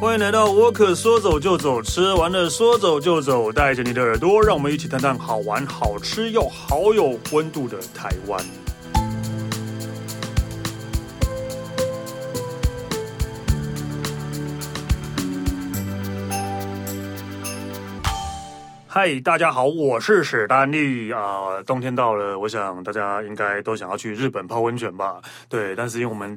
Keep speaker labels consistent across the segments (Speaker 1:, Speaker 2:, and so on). Speaker 1: 欢迎来到沃克，说走就走，吃完了说走就走，带着你的耳朵，让我们一起探探好玩、好吃又好有温度的台湾。嗨，大家好，我是史丹利啊、冬天到了，我想大家应该都想要去日本泡温泉吧？对，但是因为我们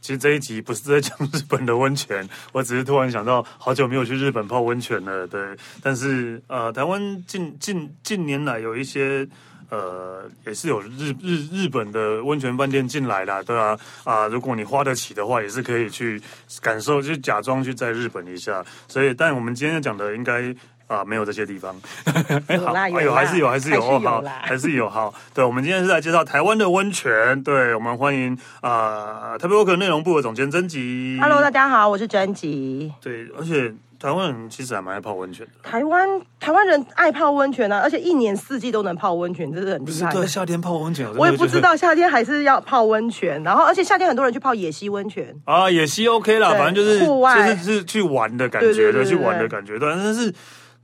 Speaker 1: 其实这一集不是在讲日本的温泉，我只是突然想到，好久没有去日本泡温泉了。对，但是呃，台湾近近近年来有一些。呃，也是有日日日本的温泉饭店进来啦，对啊，啊，如果你花得起的话，也是可以去感受，就假装去在日本一下。所以，但我们今天要讲的应该啊没有这些地方， 哎
Speaker 2: 有啦
Speaker 1: 好
Speaker 2: 有
Speaker 1: 哎呦
Speaker 2: 啦
Speaker 1: 还是有，还是有，
Speaker 2: 还是有
Speaker 1: 哦好
Speaker 2: 啦
Speaker 1: 还是有好。对，我们今天是来介绍台湾的温泉，对我们欢迎啊、台北 work 内容部的总监曾吉。
Speaker 2: Hello，大家好，我是甄吉。
Speaker 1: 对，而且台湾人其实还蛮爱泡温泉的。
Speaker 2: 台湾台湾人爱泡温泉啊，而且一年四季都能泡温泉，真是很厉害。
Speaker 1: 对，夏天泡温泉，真的
Speaker 2: 我也
Speaker 1: 觉
Speaker 2: 不
Speaker 1: 得
Speaker 2: 知道夏天还是要泡温泉，然后而且夏天很多人去泡野溪温泉，
Speaker 1: 啊，野溪 OK 啦，
Speaker 2: 对
Speaker 1: 反正就是
Speaker 2: 户外
Speaker 1: 就是是去玩的感
Speaker 2: 对
Speaker 1: 觉
Speaker 2: 对对
Speaker 1: 的，
Speaker 2: 对
Speaker 1: 去玩的感觉。对，但是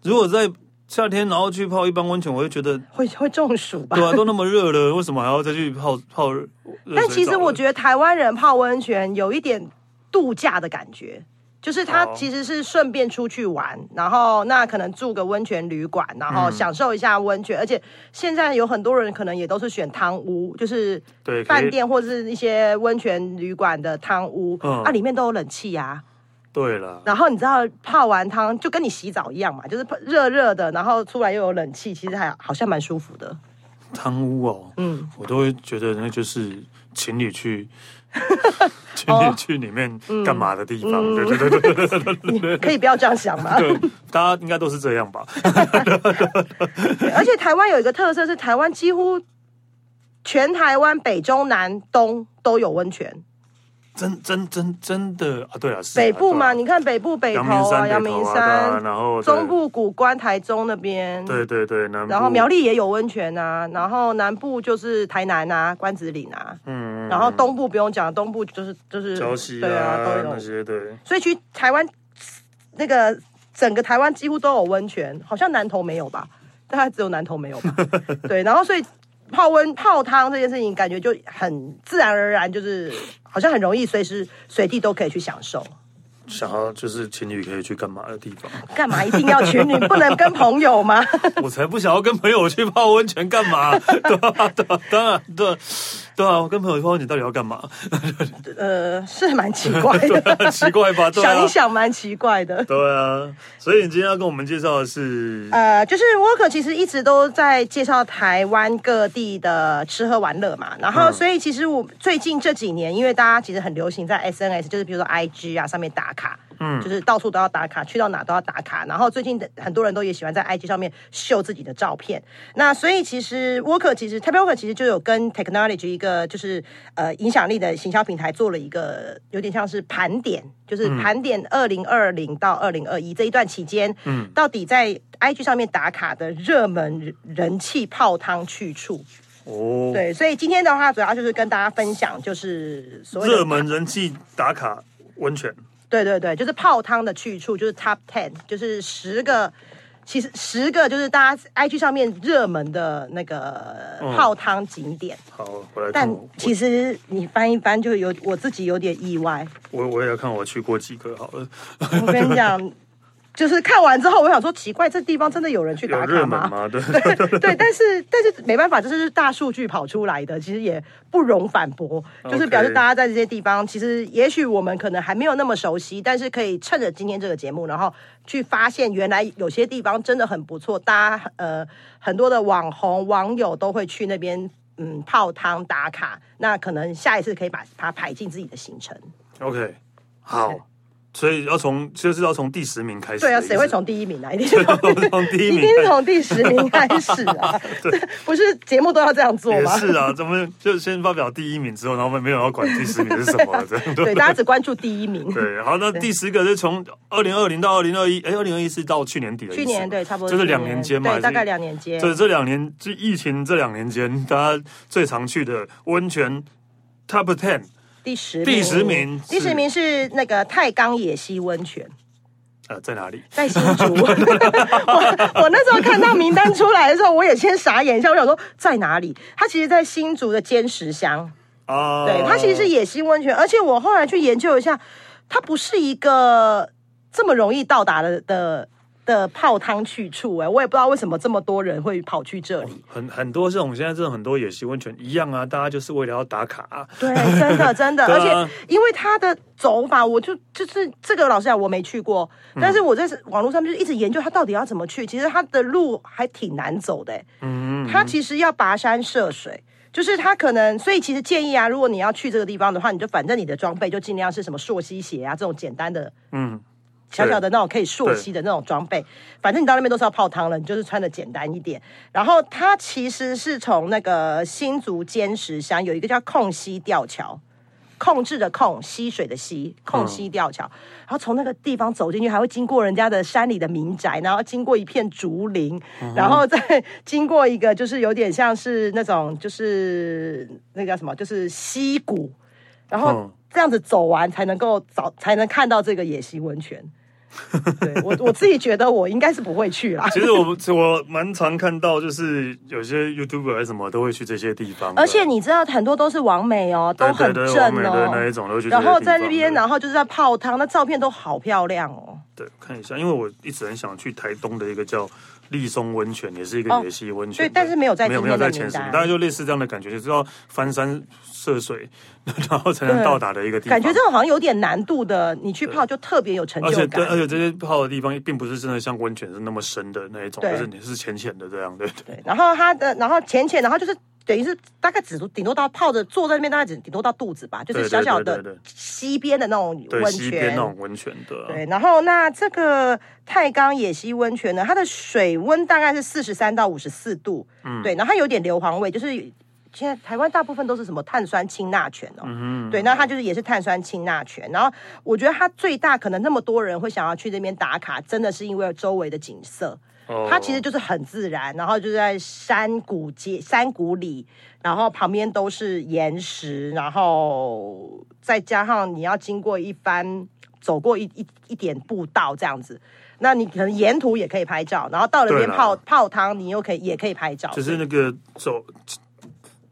Speaker 1: 如果在夏天然后去泡一般温泉，我就觉 得
Speaker 2: 会会中暑吧
Speaker 1: 对？啊，都啊那么热了，为什么还要再去泡泡热水澡呢？
Speaker 2: 但其实我觉得台湾人泡温泉有一点度假的感觉。就是他
Speaker 1: 哦
Speaker 2: 其实是顺便出去玩，然后那可能住个温泉旅馆，然
Speaker 1: 嗯
Speaker 2: 后享受一下温泉，而且现在有很多人可能也都是选汤屋，就是
Speaker 1: 对可以
Speaker 2: 饭店或是一些温泉旅馆的汤屋，
Speaker 1: 嗯
Speaker 2: 啊里面都有冷气呀、
Speaker 1: 对了，
Speaker 2: 然后你知道泡完汤就跟你洗澡一样嘛，就是热热的，然后出来又有冷气，其实还好像蛮舒服的。
Speaker 1: 汤屋哦，
Speaker 2: 嗯，
Speaker 1: 我都会觉得那就是情侣 去情
Speaker 2: 哦
Speaker 1: 侣去里面
Speaker 2: 嗯
Speaker 1: 干嘛的地方。对对对对对对对对对。
Speaker 2: 可以不要这样想 吗？
Speaker 1: 对，大家应该都是这样吧？
Speaker 2: 对而且台湾有一个特色是，台湾几乎全台湾北中南东都有温泉。
Speaker 1: 真真真真的啊，对啊，是啊
Speaker 2: 北部嘛，
Speaker 1: 对啊
Speaker 2: 你看北部北
Speaker 1: 阳
Speaker 2: 投
Speaker 1: 明
Speaker 2: 啊、
Speaker 1: 山、
Speaker 2: 阳
Speaker 1: 北
Speaker 2: 明
Speaker 1: 投啊对啊
Speaker 2: 山，
Speaker 1: 然后对
Speaker 2: 中部古关、台中那边，
Speaker 1: 对对对，南部
Speaker 2: 嗯然后苗栗也有温泉啊，然后南部就是台南啊、关子岭啊，
Speaker 1: 嗯，
Speaker 2: 然后东部不用讲，东部就是就是
Speaker 1: 礁溪
Speaker 2: 对啊都
Speaker 1: 那
Speaker 2: 有，
Speaker 1: 些对。
Speaker 2: 所以去台湾那个整个台湾几乎都有温泉，好像南投没有吧？大概只有南投没有 吧？对，然后所以泡温泡汤这件事情，感觉就很自然而然，就是好像很容易随时随地都可以去享受。
Speaker 1: 想要就是情侣可以去干嘛的地方，
Speaker 2: 干嘛一定要群 侣？不能跟朋友吗？
Speaker 1: 我才不想要跟朋友去泡温泉干嘛？ 对啊，对啊，当然，对啊，对啊，我跟朋友去泡温泉到底要干嘛？
Speaker 2: 呃，是蛮奇怪的，
Speaker 1: 很奇怪吧？对啊
Speaker 2: 想一，想蛮奇怪的。
Speaker 1: 对啊。所以你今天要跟我们介绍的是，
Speaker 2: 呃，就是 Walker 其实一直都在介绍台湾各地的吃喝玩乐嘛，然后所以其实我最近这几年，因为大家其实很流行在 SNS，就是比如说 IG 啊上面打卡，嗯，就是到处都要打卡，去到哪都要打卡。然后最近的很多人都也喜欢在 IG 上面秀自己的照片，那所以其实 Walker 其实 t a p Walker 其实就有跟 Technology 一个就是呃影响力的行销平台做了一个有点像是盘点，就是
Speaker 1: 嗯
Speaker 2: 盘点二零二零到二零二一这一段期间，嗯，到底在 IG 上面打卡的热门人人气泡汤去处。
Speaker 1: 哦，
Speaker 2: 对，所以今天的话主要就是跟大家分享，就是所谓的
Speaker 1: 热门人气打卡温泉，
Speaker 2: 对对对，就是泡汤的去处，就是 Top Ten，就是十个，其实十个就是大家 IG 上面热门的那个泡汤景点。
Speaker 1: 好，我来看
Speaker 2: 但
Speaker 1: 嗯我，
Speaker 2: 其实你翻一翻，就有我自己有点意外。
Speaker 1: 我我也要看我去过几个好了，
Speaker 2: 我跟你讲，就是看完之后，我想说奇怪，这地方真的有人去
Speaker 1: 有
Speaker 2: 打
Speaker 1: 热
Speaker 2: 卡
Speaker 1: 门
Speaker 2: 吗？
Speaker 1: 吗？对，
Speaker 2: 对，但是但是没办法，这是大数据跑出来的，其实也不容反驳。就是
Speaker 1: OK
Speaker 2: 表示大家在这些地方，其实也许我们可能还没有那么熟悉，但是可以趁着今天这个节目，然后去发现原来有些地方真的很不错，大家呃很多的网红网友都会去那边。嗯，泡汤打卡，那可能下一次可以把它排进自己的行程。
Speaker 1: OK，好，所以要从就是要从第十名开始的
Speaker 2: 对
Speaker 1: 意
Speaker 2: 啊，
Speaker 1: 思。
Speaker 2: 谁会从 第一名来？一定是从
Speaker 1: 我从第一
Speaker 2: 一
Speaker 1: 名开
Speaker 2: 定是
Speaker 1: 始？
Speaker 2: 从 第十名开始 啊！这不是节目都要这样做
Speaker 1: 也
Speaker 2: 吗？
Speaker 1: 是啊，咱们就先发表第一名之后，然后我们没有要管第十名是什么了，这 样
Speaker 2: 对，大家只关注第一名。
Speaker 1: 对，好，那第十个是从二零二零到二零二一，哎，二零二一是到去年底的意思
Speaker 2: 去
Speaker 1: 吗，
Speaker 2: 年对，差不多
Speaker 1: 就是
Speaker 2: 去
Speaker 1: 两年间嘛，还
Speaker 2: 对，
Speaker 1: 是
Speaker 2: 大概两年间。
Speaker 1: 就是这两年，就疫情这两年间，大家最常去的温泉 Top Ten，
Speaker 2: 第十
Speaker 1: 第十名
Speaker 2: 第
Speaker 1: 是
Speaker 2: 十名是那个太钢野溪温泉，
Speaker 1: 呃，在哪里？
Speaker 2: 在新竹， 我我那时候看到名单出来的时候，我也先傻眼一下，我想说在哪里？它其实，在新竹的尖石乡，
Speaker 1: 啊，
Speaker 2: 对，它其实是野溪温泉，而且我后来去研究一下，它不是一个这么容易到达的的的泡汤去处、哎，我也不知道为什么这么多人会跑去这里。
Speaker 1: 很很多这种现在这种很多野溪温泉一样啊，大家就是为了要打卡、啊。
Speaker 2: 对，真的真的，
Speaker 1: 对
Speaker 2: 而
Speaker 1: 啊
Speaker 2: 且因为他的走法，我就就是这个老师啊讲我没去过，
Speaker 1: 嗯
Speaker 2: 但是我在网络上面就一直研究他到底要怎么去。其实他的路还挺难走的、欸，
Speaker 1: 嗯，
Speaker 2: 他其实要跋山涉水。就是他可能，所以其实建议啊，如果你要去这个地方的话，你就反正你的装备就尽量是什么溯溪鞋啊这种简单的，
Speaker 1: 嗯，
Speaker 2: 小小的那种可以溯溪的那种装备，反正你到那边都是要泡汤了，你就是穿的简单一点。然后它其实是从那个新竹尖石乡有一个叫控溪吊桥，控制的控，溪水的溪，控溪吊桥。然后从那个地方走进去，还会经过人家的山里的民宅，然后经过一片竹林，然后再 经过一个就是有点像是那种就是那个叫什么，就是溪谷，然后
Speaker 1: 嗯
Speaker 2: 这样子走完才能够找才能看到这个野溪 温泉。对我我自己觉得我应该是不会去啦。
Speaker 1: 其实我我蛮常看到，就是有些 YouTuber 还是什么都会去这些地方的，
Speaker 2: 而且你知道，很多都是王美哦，都
Speaker 1: 对对
Speaker 2: 很
Speaker 1: 对
Speaker 2: 正
Speaker 1: 完美的
Speaker 2: 哦。
Speaker 1: 那一种都会去这些
Speaker 2: 然
Speaker 1: 地方。
Speaker 2: 后在那边，啊
Speaker 1: 对
Speaker 2: 然后就是在泡汤，那照片都好漂亮哦。
Speaker 1: 对，看一下，因为我一直很想去台东的一个叫立松温泉，也是一个野溪温泉、
Speaker 2: 哦对但是没有在
Speaker 1: 没有
Speaker 2: 今
Speaker 1: 没有
Speaker 2: 天的
Speaker 1: 在前
Speaker 2: 名
Speaker 1: 十名，
Speaker 2: 单
Speaker 1: 大概就类似这样的感觉，就是要翻山涉水， 然后才能
Speaker 2: 对
Speaker 1: 到达的一个地方。
Speaker 2: 感觉这种好像有点难度的，你去泡就特别有成
Speaker 1: 而
Speaker 2: 就
Speaker 1: 且对，而
Speaker 2: 感。
Speaker 1: 且这些泡的地方并不是真的像温泉是那么深的那一种，
Speaker 2: 对
Speaker 1: 就是你是浅浅的这样，对对。
Speaker 2: 对，然后它的，然后浅浅，然后就是等于是大概只顶多到泡着坐在那边，大概只顶多到肚子吧，就是
Speaker 1: 对对
Speaker 2: 小小
Speaker 1: 对对
Speaker 2: 的
Speaker 1: 对
Speaker 2: 溪边的那种
Speaker 1: 对
Speaker 2: 温
Speaker 1: 西边
Speaker 2: 泉
Speaker 1: 那。种温泉的、啊，
Speaker 2: 对，然后那这个太钢野溪温泉呢，它的水温大概是四十三到五十四度，对，然后它有点硫磺味，就是现在台湾大部分都是什么碳酸氢钠泉哦，对，那它就是也是碳酸氢钠泉，然后我觉得它最大可能那么多人会想要去那边打卡，真的是因为周围的景色，
Speaker 1: 哦
Speaker 2: 它其实就是很自然，然后就在山谷街、山谷里，然后旁边都是岩石，然后再加上你要经过一番走过一一一点步道这样子，那你可能沿途也可以拍照，然后到了
Speaker 1: 对
Speaker 2: 边
Speaker 1: 啦
Speaker 2: 泡泡汤，你又可以也可以拍照，
Speaker 1: 就是那个走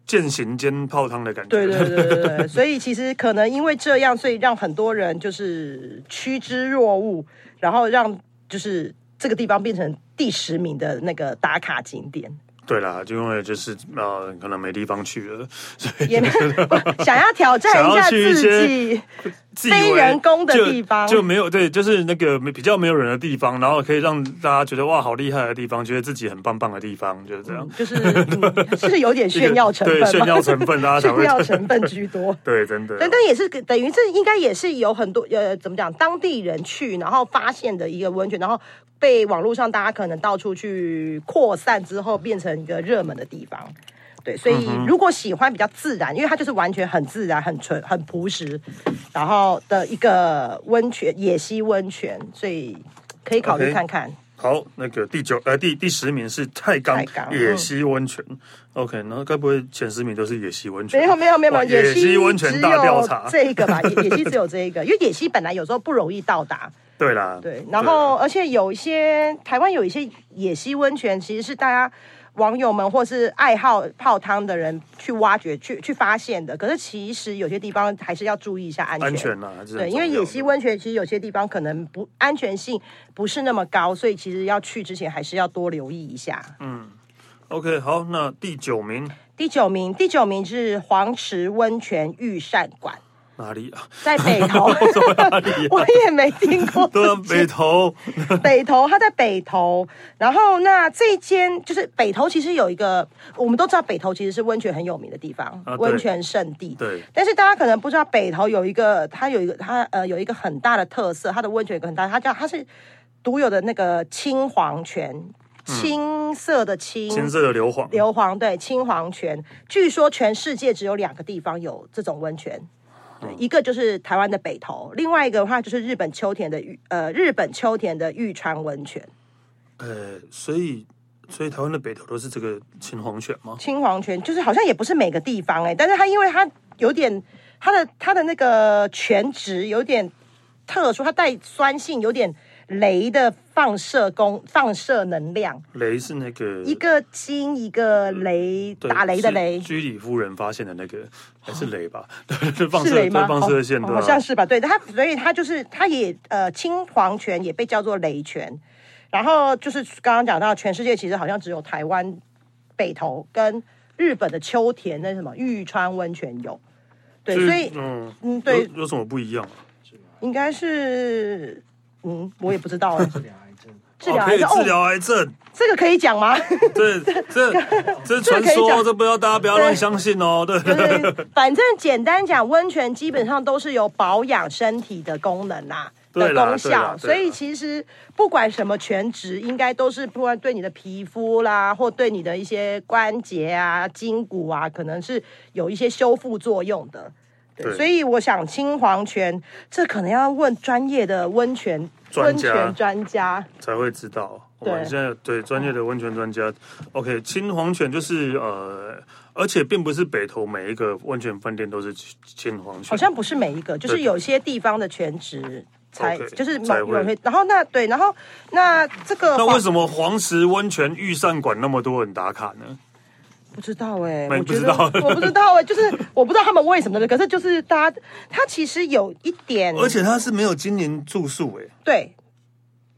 Speaker 1: 践行间泡汤的感觉，
Speaker 2: 对对对对 对对，所以其实可能因为这样，所以让很多人就是趋之若鹜，然后让就是这个地方变成第十名的那个打卡景点。
Speaker 1: 对啦，就因为就是呃，可能没地方去了，所以
Speaker 2: 也没不想要挑战一
Speaker 1: 想
Speaker 2: 下
Speaker 1: 要去一
Speaker 2: 自
Speaker 1: 些
Speaker 2: 己，
Speaker 1: 自以为
Speaker 2: 非人工的地方
Speaker 1: 就就没有对，就是那个没比较没有人的地方，然后可以让大家觉得哇好厉害的地方，觉得自己很棒棒的地方，就是这样。
Speaker 2: 就是、嗯、是有点炫耀成分
Speaker 1: 对
Speaker 2: 吧，
Speaker 1: 炫耀成分， 大家才
Speaker 2: 炫
Speaker 1: 会
Speaker 2: 耀成分居多。
Speaker 1: 对，啊真的
Speaker 2: 但但也是等于这应该也是有很多呃怎么讲，当地人去然后发现的一个温泉，然后被网络上大家可能到处去扩散之后，变成一个热门的地方。对，所
Speaker 1: 嗯
Speaker 2: 以如果喜欢比较自然，因为它就是完全很自然、很纯、很朴实，然后的一个温泉野溪温泉，所以可以考虑
Speaker 1: OK
Speaker 2: 看看。
Speaker 1: 好。那个第九呃第第十名是太
Speaker 2: 太
Speaker 1: 钢
Speaker 2: 钢嗯
Speaker 1: 野溪温泉，OK，然后该不会前十名都是野溪温泉？
Speaker 2: 没有没有没有没
Speaker 1: 哇
Speaker 2: 有，野
Speaker 1: 野
Speaker 2: 溪
Speaker 1: 溪温泉大调查
Speaker 2: 只有这个吧，野野溪只有这一个，因为野溪本来有时候不容易到达，
Speaker 1: 对啦，
Speaker 2: 对，然后而且有一些台湾有一些野溪温泉，其实是大家网友们或是爱好泡汤的人去挖掘、去去发现的，可是其实有些地方还是要注意一下安全。
Speaker 1: 安全啊啦，还是
Speaker 2: 对，
Speaker 1: 很
Speaker 2: 因为
Speaker 1: 重要
Speaker 2: 野溪
Speaker 1: 的
Speaker 2: 温泉其实有些地方可能不安全性不是那么高，所以其实要去之前还是要多留意一下。
Speaker 1: 嗯 OK 好，那第九名
Speaker 2: 第九名，第九名是黄池温泉御膳馆。
Speaker 1: 哪里啊？
Speaker 2: 在北投， 我也没听过
Speaker 1: 对啊，北投
Speaker 2: 北投，它在北投。然后那这间就是北投，其实有一个我们都知道，北投其实是温泉很有名的地方，
Speaker 1: 啊对
Speaker 2: 温泉圣地。
Speaker 1: 对
Speaker 2: 但是大家可能不知道，北投有一个它有一个它呃有一个很大的特色，它的温泉有一个很大，它叫它是独有的那个青黄泉，青色的青，
Speaker 1: 金嗯色的硫磺，
Speaker 2: 硫磺对青黄泉，据说全世界只有两个地方有这种温泉，对，一个就是台湾的北投，另外一个的话就是日本秋田的玉呃日本秋田的玉川温泉，
Speaker 1: 呃，所以所以台湾的北投都是这个秦皇犬吗？
Speaker 2: 青黄泉就是好像也不是每个地方哎、但是它因为它有点它的它的那个泉质有点特殊，它带酸性有点镭的放射功放射能量，
Speaker 1: 雷是那个
Speaker 2: 一个金一个雷，
Speaker 1: 对
Speaker 2: 打雷的雷
Speaker 1: 是。居里夫人发现的那个还是雷 吧？对，放
Speaker 2: 是
Speaker 1: 射
Speaker 2: 雷
Speaker 1: 对
Speaker 2: 吗？
Speaker 1: 放射线
Speaker 2: 哦
Speaker 1: 对啊吧
Speaker 2: 哦好像是吧？对，他所以他就是他也呃，青黄拳也被叫做雷拳。然后就是刚刚讲到，全世界其实好像只有台湾北投跟日本的秋田那什么玉川温泉有。对，
Speaker 1: 就是
Speaker 2: 所以
Speaker 1: 嗯，
Speaker 2: 嗯，对，
Speaker 1: 有有什么不一样啊？
Speaker 2: 应该是嗯，我也不知道哎、
Speaker 3: 治疗癌症，
Speaker 2: 治疗
Speaker 1: 哦可
Speaker 2: 还
Speaker 1: 以
Speaker 2: 是
Speaker 1: 治
Speaker 2: 哦，
Speaker 1: 疗癌症，
Speaker 2: 这个可以讲吗？
Speaker 1: 这这这传
Speaker 2: 可以
Speaker 1: 说，
Speaker 2: 讲
Speaker 1: 这不要大家不要乱相信哦。对，
Speaker 2: 就是嗯反正简单讲，温泉基本上都是有保养身体的功能啦、
Speaker 1: 对
Speaker 2: 的
Speaker 1: 啦对啦
Speaker 2: 功效，
Speaker 1: 对啦
Speaker 2: 所以其实不管什么全职，应该都是不管对你的皮肤啦，或对你的一些关节啊、筋骨啊，可能是有一些修复作用的。对，
Speaker 1: 对
Speaker 2: 所以我想青黄泉这可能要问专业的温泉
Speaker 1: 专
Speaker 2: 温
Speaker 1: 家
Speaker 2: 泉专家。
Speaker 1: 才会知道。我
Speaker 2: 对
Speaker 1: 们现在对专业的温泉专家，OK，青黄泉就是呃，而且并不是北投每一个温泉饭店都是青青黄泉，
Speaker 2: 好像不是每一个，就是
Speaker 1: 对
Speaker 2: 有些地方的全职才
Speaker 1: OK，
Speaker 2: 就是某
Speaker 1: 才
Speaker 2: 有
Speaker 1: 会
Speaker 2: 些，然后那对，然后那这个
Speaker 1: 那
Speaker 2: 黄
Speaker 1: 为什么黄石温泉御膳馆那么多人打卡呢？
Speaker 2: 不知道哎、
Speaker 1: 那
Speaker 2: 我
Speaker 1: 你不
Speaker 2: 觉得
Speaker 1: 知道
Speaker 2: 我不知道 哎、就是我不知道他们为什么的，可是就是大家，他其实有一点，
Speaker 1: 而且它是没有经营住宿诶、
Speaker 2: 对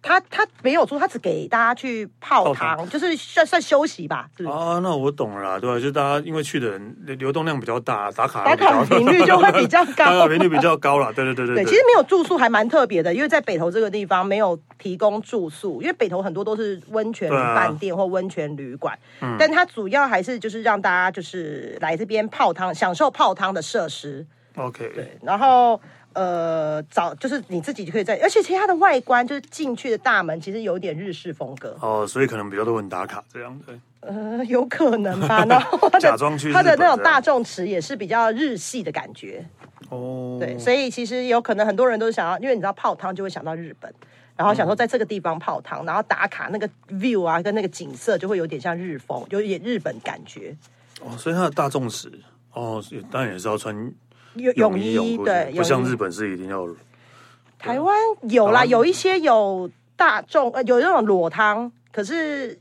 Speaker 2: 他他没有做，他只给大家去泡
Speaker 1: 泡
Speaker 2: 汤，
Speaker 1: 汤
Speaker 2: 就是算算休息吧，嗯是不是？
Speaker 1: 啊，那我懂了啦，对吧、就大家因为去的人流流动量比较大，打卡
Speaker 2: 打卡频 率就会比较高
Speaker 1: 打卡频率比较高啦。对对对对
Speaker 2: 对，其实没有住宿还蛮特别的，因为在北投这个地方没有提供住宿，因为北投很多都是温泉
Speaker 1: 对啊嗯
Speaker 2: 饭店或温泉旅馆，但它主要还是就是让大家就是来这边泡汤，享受泡汤的设施，
Speaker 1: OK，
Speaker 2: 然后。呃，找就是你自己就可以在，而且其实它的外观就是进去的大门，其实有点日式风格，
Speaker 1: 哦，所以可能比较多人打卡这样对。
Speaker 2: 呃，有可能吧。然后它的
Speaker 1: 假装去日
Speaker 2: 它的
Speaker 1: 本
Speaker 2: 那种
Speaker 1: 这样
Speaker 2: 大众池也是比较日系的感觉，
Speaker 1: 哦，
Speaker 2: 对，所以其实有可能很多人都想要，因为你知道泡汤就会想到日本，然后想
Speaker 1: 嗯
Speaker 2: 说在这个地方泡汤，然后打卡那个 view 啊，跟那个景色就会有点像日风，有点日本感觉。
Speaker 1: 哦，所以它的大众池哦，是当然也是要穿
Speaker 2: 泳
Speaker 1: 泳
Speaker 2: 衣
Speaker 1: 衣泳裤
Speaker 2: 对
Speaker 1: 的，
Speaker 2: 泳衣
Speaker 1: 不像日本是一定要
Speaker 2: 台湾有啦，
Speaker 1: 台湾
Speaker 2: 有一些有大众呃有那种裸汤，可是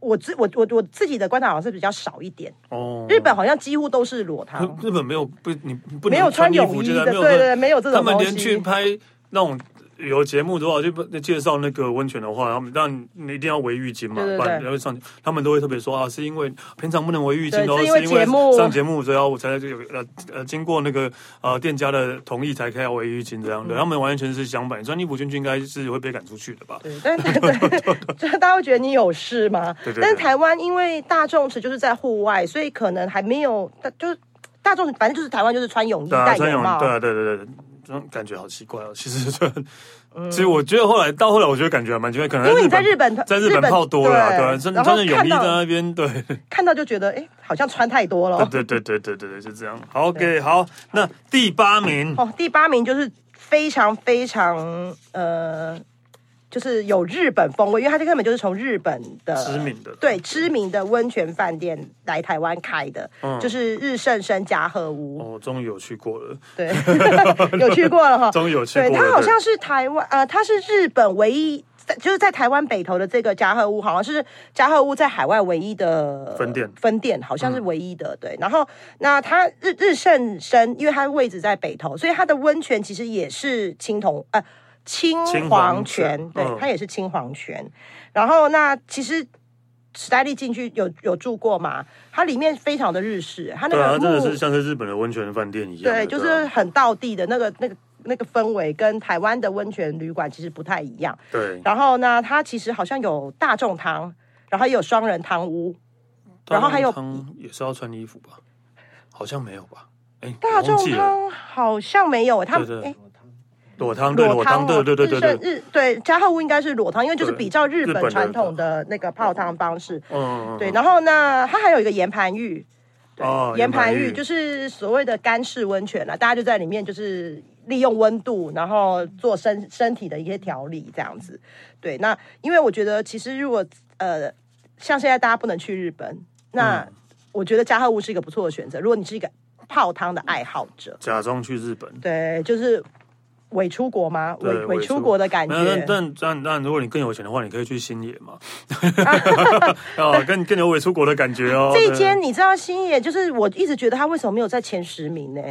Speaker 2: 我自我我我自己的观察好像是比较少一点，
Speaker 1: 哦。
Speaker 2: 日本好像几乎都是裸汤。
Speaker 1: 日本没有不你不能
Speaker 2: 没有
Speaker 1: 穿
Speaker 2: 穿泳
Speaker 1: 服
Speaker 2: 衣
Speaker 1: 进来
Speaker 2: 的，对
Speaker 1: 没有
Speaker 2: 对
Speaker 1: 穿
Speaker 2: 对，没有这
Speaker 1: 他
Speaker 2: 种
Speaker 1: 们
Speaker 2: 东
Speaker 1: 连去
Speaker 2: 西。
Speaker 1: 拍那种旅游节目的话，就介绍那个温泉的话，他们让你一定要围浴巾嘛，
Speaker 2: 对对对
Speaker 1: 不然你会上去。他们都会特别说啊，是因为平常不能围浴巾
Speaker 2: 对
Speaker 1: 哦，
Speaker 2: 是因为节目
Speaker 1: 上节目，所以要我才有呃呃经过那个呃店家的同意才可以要围浴巾这样
Speaker 2: 嗯
Speaker 1: 的。他们完全是相反，穿衣服进去应该是会被赶出去的吧？
Speaker 2: 对，但是对， 就是大家会觉得你有事吗？
Speaker 1: 对对
Speaker 2: 但是
Speaker 1: 对
Speaker 2: 台湾因为大众池就是在户外，所以可能还没有，大就是大众反正就是台湾就是穿泳衣、
Speaker 1: 对啊，
Speaker 2: 戴
Speaker 1: 穿
Speaker 2: 泳
Speaker 1: 泳
Speaker 2: 帽，
Speaker 1: 对啊，对对对。这种感觉好奇怪哦，其实就，其实我觉得后来到后来，我觉得感觉还蛮奇怪，可能
Speaker 2: 嗯因为你在
Speaker 1: 在
Speaker 2: 日本
Speaker 1: 在日
Speaker 2: 日
Speaker 1: 本
Speaker 2: 本
Speaker 1: 泡多了啊，
Speaker 2: 对
Speaker 1: 对啊，穿
Speaker 2: 然
Speaker 1: 穿
Speaker 2: 后
Speaker 1: 着泳衣
Speaker 2: 看
Speaker 1: 在
Speaker 2: 到
Speaker 1: 那边，对，
Speaker 2: 看到就觉得哎、好像穿太多了。
Speaker 1: 对对对对对对，就这样。好，OK，好，那第八名，
Speaker 2: 哦，第八名就是非常非常呃，就是有日本风味，因为它这根本就是从日本的
Speaker 1: 知名的
Speaker 2: 对知名的温泉饭店来台湾开的，
Speaker 1: 嗯
Speaker 2: 就是日盛生加贺屋。
Speaker 1: 哦，终于有去过了，
Speaker 2: 对，有去过了哈。
Speaker 1: 终于有去
Speaker 2: 哦对，
Speaker 1: 过了。
Speaker 2: 它好像是台湾呃，它是日本唯一，在就是在台湾北投的这个加贺屋，好像是加贺屋在海外唯一的
Speaker 1: 分店嗯
Speaker 2: 分店好像是唯一的。对，然后那它日日盛生，因为它位置在北投，所以它的温泉其实也是青铜呃。青
Speaker 1: 青
Speaker 2: 黄
Speaker 1: 黄
Speaker 2: 泉，
Speaker 1: 泉
Speaker 2: 对
Speaker 1: 嗯，
Speaker 2: 它也是青黄泉。然后那其实史黛丽进去有有住过嘛？它里面非常的日式，它那
Speaker 1: 对
Speaker 2: 个
Speaker 1: 啊，它真的
Speaker 2: 木
Speaker 1: 是像是日本的温泉饭店一样的。
Speaker 2: 对，就是
Speaker 1: 啊
Speaker 2: 很道地的那个、那个、那个氛围，跟台湾的温泉旅馆其实不太一样。
Speaker 1: 对，
Speaker 2: 然后呢，它其实好像有大众汤，然后也有双人汤屋。然后还有
Speaker 1: 大众汤也是要穿衣服吧？好像没有吧？哎，
Speaker 2: 大众
Speaker 1: 我忘记了
Speaker 2: 汤好像没有，他们
Speaker 1: 对对
Speaker 2: 哎，
Speaker 3: 裸汤，
Speaker 1: 裸汤对裸汤对对对对
Speaker 2: 日
Speaker 1: 对，
Speaker 2: 哦日对加贺屋应该是裸汤，因为就是
Speaker 1: 对
Speaker 2: 比较日
Speaker 1: 日本
Speaker 2: 本
Speaker 1: 的
Speaker 2: 传统的那个泡汤方式。
Speaker 1: 嗯
Speaker 2: 对，然后呢，它还有一个岩盘浴，对
Speaker 1: 哦
Speaker 2: 岩盘
Speaker 1: 岩盘
Speaker 2: 浴
Speaker 1: 浴
Speaker 2: 就是所谓的干式温泉啦，大家就在里面就是利用温度，然后做身身体的一些调理这样子。对，那因为我觉得其实如果呃，像现在大家不能去日本，那
Speaker 1: 嗯
Speaker 2: 我觉得加贺屋是一个不错的选择，如果你是一个泡汤的爱好者。
Speaker 1: 假装去日本，
Speaker 2: 对，就是伪出国吗？伪
Speaker 1: 对
Speaker 2: 伪
Speaker 1: 伪
Speaker 2: 出
Speaker 1: 出
Speaker 2: 国的感
Speaker 1: 没有，但
Speaker 2: 觉。
Speaker 1: 但但但，如果你更有钱的话，你可以去新野 嘛，哦，更更有伪出国的感觉哦。
Speaker 2: 这一
Speaker 1: 对，
Speaker 2: 间你知道新野，就是我一直觉得他为什么没有在前十名呢？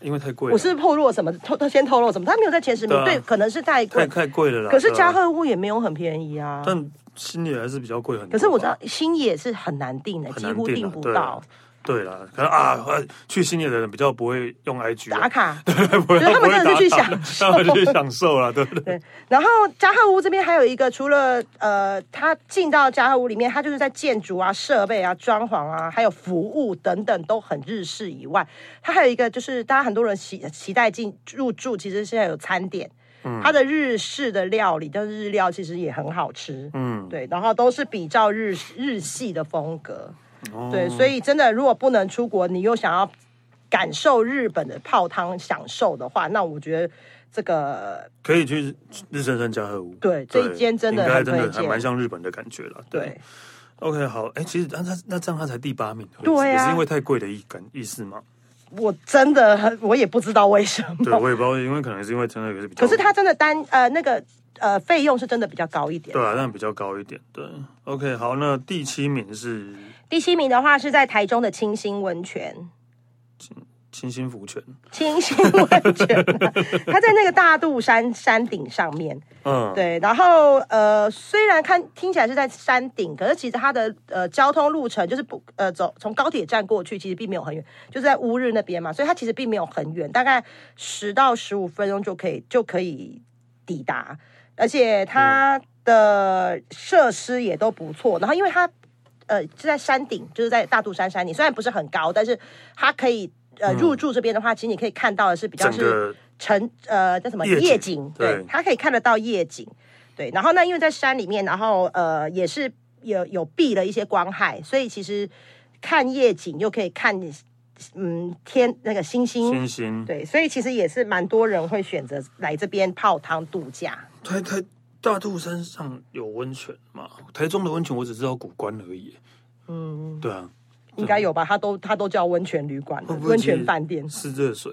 Speaker 1: 因为太贵了，
Speaker 2: 我是透露什么透先透露什么？他没有在前十名，
Speaker 1: 对
Speaker 2: 对,、
Speaker 1: 啊
Speaker 2: 可能是太
Speaker 1: 太
Speaker 2: 贵。
Speaker 1: 太贵了啦。
Speaker 2: 可是
Speaker 1: 对啊
Speaker 2: 家和屋也没有很便宜啊。
Speaker 1: 但新野还是比较贵很多吧。啊
Speaker 2: 可是我知道新野是很难订的，
Speaker 1: 很
Speaker 2: 几
Speaker 1: 难
Speaker 2: 乎
Speaker 1: 定
Speaker 2: 订
Speaker 1: 啊
Speaker 2: 不
Speaker 1: 对
Speaker 2: 到
Speaker 1: 啊。对啦，可能啊，呃去新野的人比较不会用 IG 啊
Speaker 2: 打卡，
Speaker 1: 不会
Speaker 2: 就是他们
Speaker 1: 不会
Speaker 2: 真的是去
Speaker 1: 打卡
Speaker 2: 享
Speaker 1: 他们去享受了，对不对？
Speaker 2: 对，然后加贺屋这边还有一个，除了呃，他进到加贺屋里面，他就是在建筑啊、设备啊、装潢啊，还有服务等等都很日式以外，它还有一个就是大家很多人期期待进入住，其实是要有餐点。
Speaker 1: 嗯
Speaker 2: 它的日式的料理，但是日料其实也很好吃，
Speaker 1: 嗯，
Speaker 2: 对，然后都是比较日日系的风格，
Speaker 1: 哦
Speaker 2: 对，所以真的如果不能出国，你又想要感受日本的泡汤享受的话，那我觉得这个
Speaker 1: 可以去日升山加贺屋。
Speaker 2: 对
Speaker 1: 对
Speaker 2: 这一间真的
Speaker 1: 应该
Speaker 2: 很
Speaker 1: 真
Speaker 2: 推
Speaker 1: 的还蛮
Speaker 2: 荐。
Speaker 1: 像日本的感觉了。
Speaker 2: 对，
Speaker 1: ，OK，好，哎，其实那那那这样他才第八名，
Speaker 2: 对啊
Speaker 1: 也是因为太贵的意感意思嘛。
Speaker 2: 我真的很，我也不知道为什
Speaker 1: 对，
Speaker 2: 么。
Speaker 1: 我也不知道，因为可能是因为真的也是比较，
Speaker 2: 哦可是它真的单呃那个呃费用是真的比较高一点
Speaker 1: 对。啊，但比较高一点。对，OK，好，那第七名是
Speaker 2: 第七名的话是在台中的清新温泉，
Speaker 1: 清新福泉，
Speaker 2: 清新温 泉、啊，它在那个大肚山山顶上面。
Speaker 1: 嗯，
Speaker 2: 对，然后呃，虽然看听起来是在山顶，可是其实它的呃交通路程就是不呃走从高铁站过去，其实并没有很远，就是在乌日那边嘛，所以它其实并没有很远，大概十到十五分钟就可以就可以抵达，而且它的设施也都不错，然后因为它呃是在山顶，就是在大肚山山顶，虽然不是很高，但是它可以。呃，入住这边的话，其实你可以看到的是比较
Speaker 1: 整
Speaker 2: 是
Speaker 1: 个
Speaker 2: 城呃叫什么
Speaker 1: 夜
Speaker 2: 夜
Speaker 1: 景
Speaker 2: 景，
Speaker 1: 对
Speaker 2: 对，它可以看得到夜景，对。然后呢，因为在山里面，然后呃也是有有避了一些光害，所以其实看夜景又可以看嗯天那个星星，
Speaker 1: 清新，
Speaker 2: 对，所以其实也是蛮多人会选择来这边泡汤度假。
Speaker 1: 台台大肚山上有温泉嘛？台中的温泉我只知道古关而已。嗯，对啊，
Speaker 2: 应该有吧？它都它都叫温泉旅馆了、
Speaker 1: 会不会
Speaker 2: 温
Speaker 1: 其实，
Speaker 2: 泉饭店
Speaker 1: 是热水。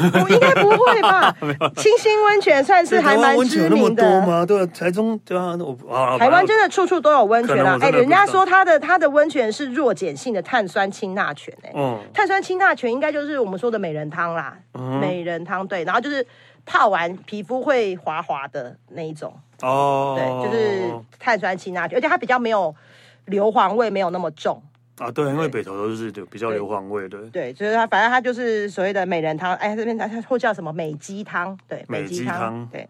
Speaker 2: 我应该不会 吧？清新温泉算是还
Speaker 1: 台湾
Speaker 2: 蛮
Speaker 1: 温泉有
Speaker 2: 知
Speaker 1: 那么
Speaker 2: 名
Speaker 1: 多
Speaker 2: 的。
Speaker 1: 吗？对啊，台中对啊，我啊，
Speaker 2: 台湾
Speaker 1: 反正
Speaker 2: 真的处处都有温
Speaker 1: 可
Speaker 2: 泉
Speaker 1: 能
Speaker 2: 啦
Speaker 1: 我，真
Speaker 2: 哎、
Speaker 1: 的不
Speaker 2: 人家
Speaker 1: 知道
Speaker 2: 说它的它的温泉是弱碱性的碳酸氢钠泉、哎、
Speaker 1: 嗯
Speaker 2: 碳酸氢钠泉应该就是我们说的美人汤啦，美人汤对，然后就是泡完皮肤会滑滑的那一种，
Speaker 1: 哦，
Speaker 2: 对，就是碳酸氢钠泉，而且它比较没有硫磺味，没有那么重，
Speaker 1: 啊，对，因为北投都是有比较
Speaker 2: 对
Speaker 1: 硫磺味的
Speaker 2: 对，就是它反正它就是所谓的美人汤，哎、这边它它或叫什么美肌汤，对，
Speaker 1: 美
Speaker 2: 肌
Speaker 1: 肌汤
Speaker 2: 对，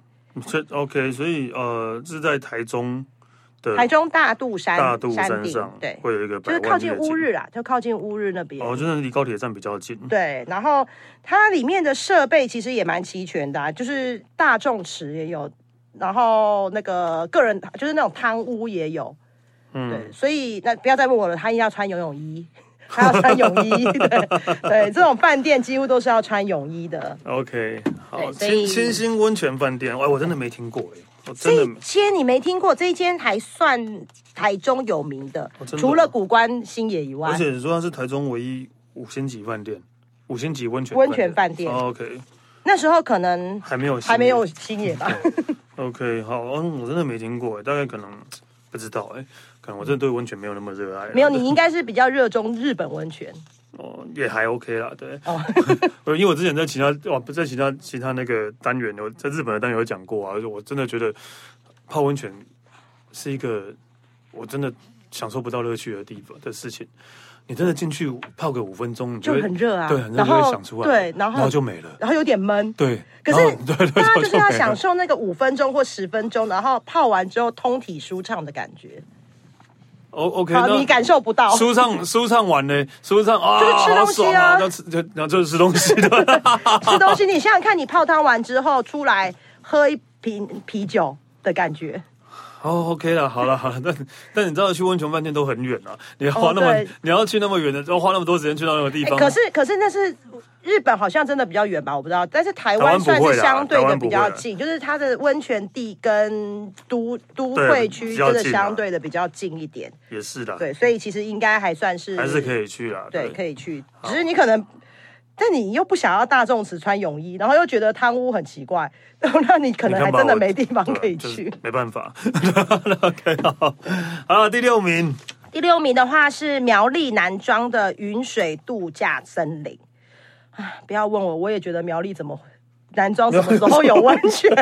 Speaker 1: 这 OK，所以呃是在台中的
Speaker 2: 台中大肚山
Speaker 1: 大肚
Speaker 2: 山
Speaker 1: 山
Speaker 2: 顶
Speaker 1: 上，
Speaker 2: 对，
Speaker 1: 会有一个
Speaker 2: 就
Speaker 1: 百
Speaker 2: 是
Speaker 1: 万
Speaker 2: 靠近
Speaker 1: 夜景
Speaker 2: 乌日啦，就靠近乌日那边，
Speaker 1: 哦，就是离高铁站比较近。
Speaker 2: 对，然后它里面的设备其实也蛮齐全的、啊，就是大众池也有，然后那个个人就是那种汤屋也有，
Speaker 1: 嗯
Speaker 2: 对，所以那不要再问我了，他一定要穿游泳衣，他要穿泳衣，对对，这种饭店几乎都是要穿泳衣的。
Speaker 1: ，OK，好，
Speaker 2: 对所以
Speaker 1: 清清新温泉饭店，哎，我真的没听过哎，我
Speaker 2: 这
Speaker 1: 真的
Speaker 2: 一间你没听过，这一间还算台中有名的，
Speaker 1: 哦真的
Speaker 2: 除了古关新野以外
Speaker 1: 而，且你说它是台中唯一五星级饭店，五星级温泉
Speaker 2: 温泉饭店
Speaker 1: 哦 OK，
Speaker 2: 那时候可能
Speaker 1: 还没有
Speaker 2: 还没有新野吧。
Speaker 1: OK 好，嗯，我真的没听过，大概可能不知道哎，可能我真的对温泉没有那么热爱。啊
Speaker 2: 没有，你应该是比较热衷日本温泉
Speaker 1: 哦，也还 OK 啦，对。
Speaker 2: 哦。
Speaker 1: 我因为我之前在其他哦，不在其他其他那个单元，有在日本的单元有讲过啊，而且我真的觉得泡温泉是一个我真的享受不到乐趣的地方的事情。你真的进去泡个五分钟，你
Speaker 2: 就
Speaker 1: 会
Speaker 2: 很热啊
Speaker 1: 对，很热
Speaker 2: 然
Speaker 1: 就会
Speaker 2: 后
Speaker 1: 想出来，
Speaker 2: 对然后
Speaker 1: 就没了，
Speaker 2: 然后有点闷。
Speaker 1: 对。
Speaker 2: 可
Speaker 1: 然后
Speaker 2: 是
Speaker 1: 哦对对，
Speaker 2: 大家
Speaker 1: 然后
Speaker 2: 就是要
Speaker 1: 没了
Speaker 2: 享受那个五分钟或十分钟，然后泡完之后通体舒畅的感觉。
Speaker 1: O 哦 OK，
Speaker 2: 好，
Speaker 1: 那
Speaker 2: 你感受不到。
Speaker 1: 舒畅舒畅完呢？舒畅啊，
Speaker 2: 就是吃
Speaker 1: 好
Speaker 2: 东西
Speaker 1: 爽
Speaker 2: 啊
Speaker 1: 要吃就然后就是吃东西的，
Speaker 2: 吃东西，你想想看，你泡汤完之后出来喝一瓶啤酒的感觉，
Speaker 1: 哦，OK 了，好了好了，但但你知道去温泉饭店都很远啊，你要花
Speaker 2: 哦
Speaker 1: 那么、
Speaker 2: 对
Speaker 1: 你要去那么远的，要花那么多时间去到那个地
Speaker 2: 哎
Speaker 1: 方。
Speaker 2: 可是可是那是日本好像真的比较远吧，我不知道，但是台
Speaker 1: 台
Speaker 2: 湾
Speaker 1: 湾不
Speaker 2: 算
Speaker 1: 会啦
Speaker 2: 是相对
Speaker 1: 台
Speaker 2: 的
Speaker 1: 湾不
Speaker 2: 比
Speaker 1: 会啦
Speaker 2: 较近，就是它的温泉地跟都都
Speaker 1: 对
Speaker 2: 会区
Speaker 1: 比较
Speaker 2: 真的
Speaker 1: 近啊
Speaker 2: 相对的比较近一点，
Speaker 1: 也是的，
Speaker 2: 对，所以其实应该还算是
Speaker 1: 还是可以去啦。
Speaker 2: 对，可
Speaker 1: 以。
Speaker 2: 以去，只是你可能但你又不想要大众只穿泳衣，然后又觉得汤屋很奇怪，那你可能还
Speaker 1: 你看吧
Speaker 2: 真的
Speaker 1: 我
Speaker 2: 没地方
Speaker 1: 对啊
Speaker 2: 可以
Speaker 1: 就是
Speaker 2: 去。
Speaker 1: 没办法。OK，好，好了，第六名，
Speaker 2: 第六名的话是苗栗南庄的云水度假森林。啊，不要问我，我也觉得苗栗怎么南庄什么时候 有温泉？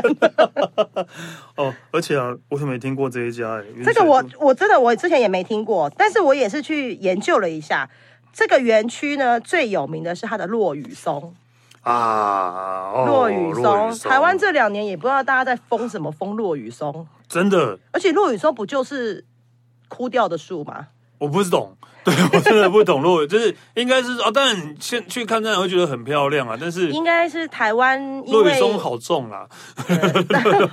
Speaker 1: 哦，而且啊，我怎么没听过这一家、欸？云
Speaker 2: 这
Speaker 1: 水
Speaker 2: 个我
Speaker 1: 路
Speaker 2: 我真的我之前也没听过，但是我也是去研究了一下。这个园区呢，最有名的是它的落羽松，
Speaker 1: 啊，哦
Speaker 2: 落羽松，
Speaker 1: 落
Speaker 2: 台湾这两年也不知道大家在疯什么疯落羽松，
Speaker 1: 真的
Speaker 2: 而且落羽松不就是枯掉的树吗？
Speaker 1: 我不懂，对我真的不懂落羽，就是应该是啊，当然现去看当然会觉得很漂亮啊，但是
Speaker 2: 应该是台湾因
Speaker 1: 落羽
Speaker 2: 为
Speaker 1: 松好重啊，
Speaker 2: 对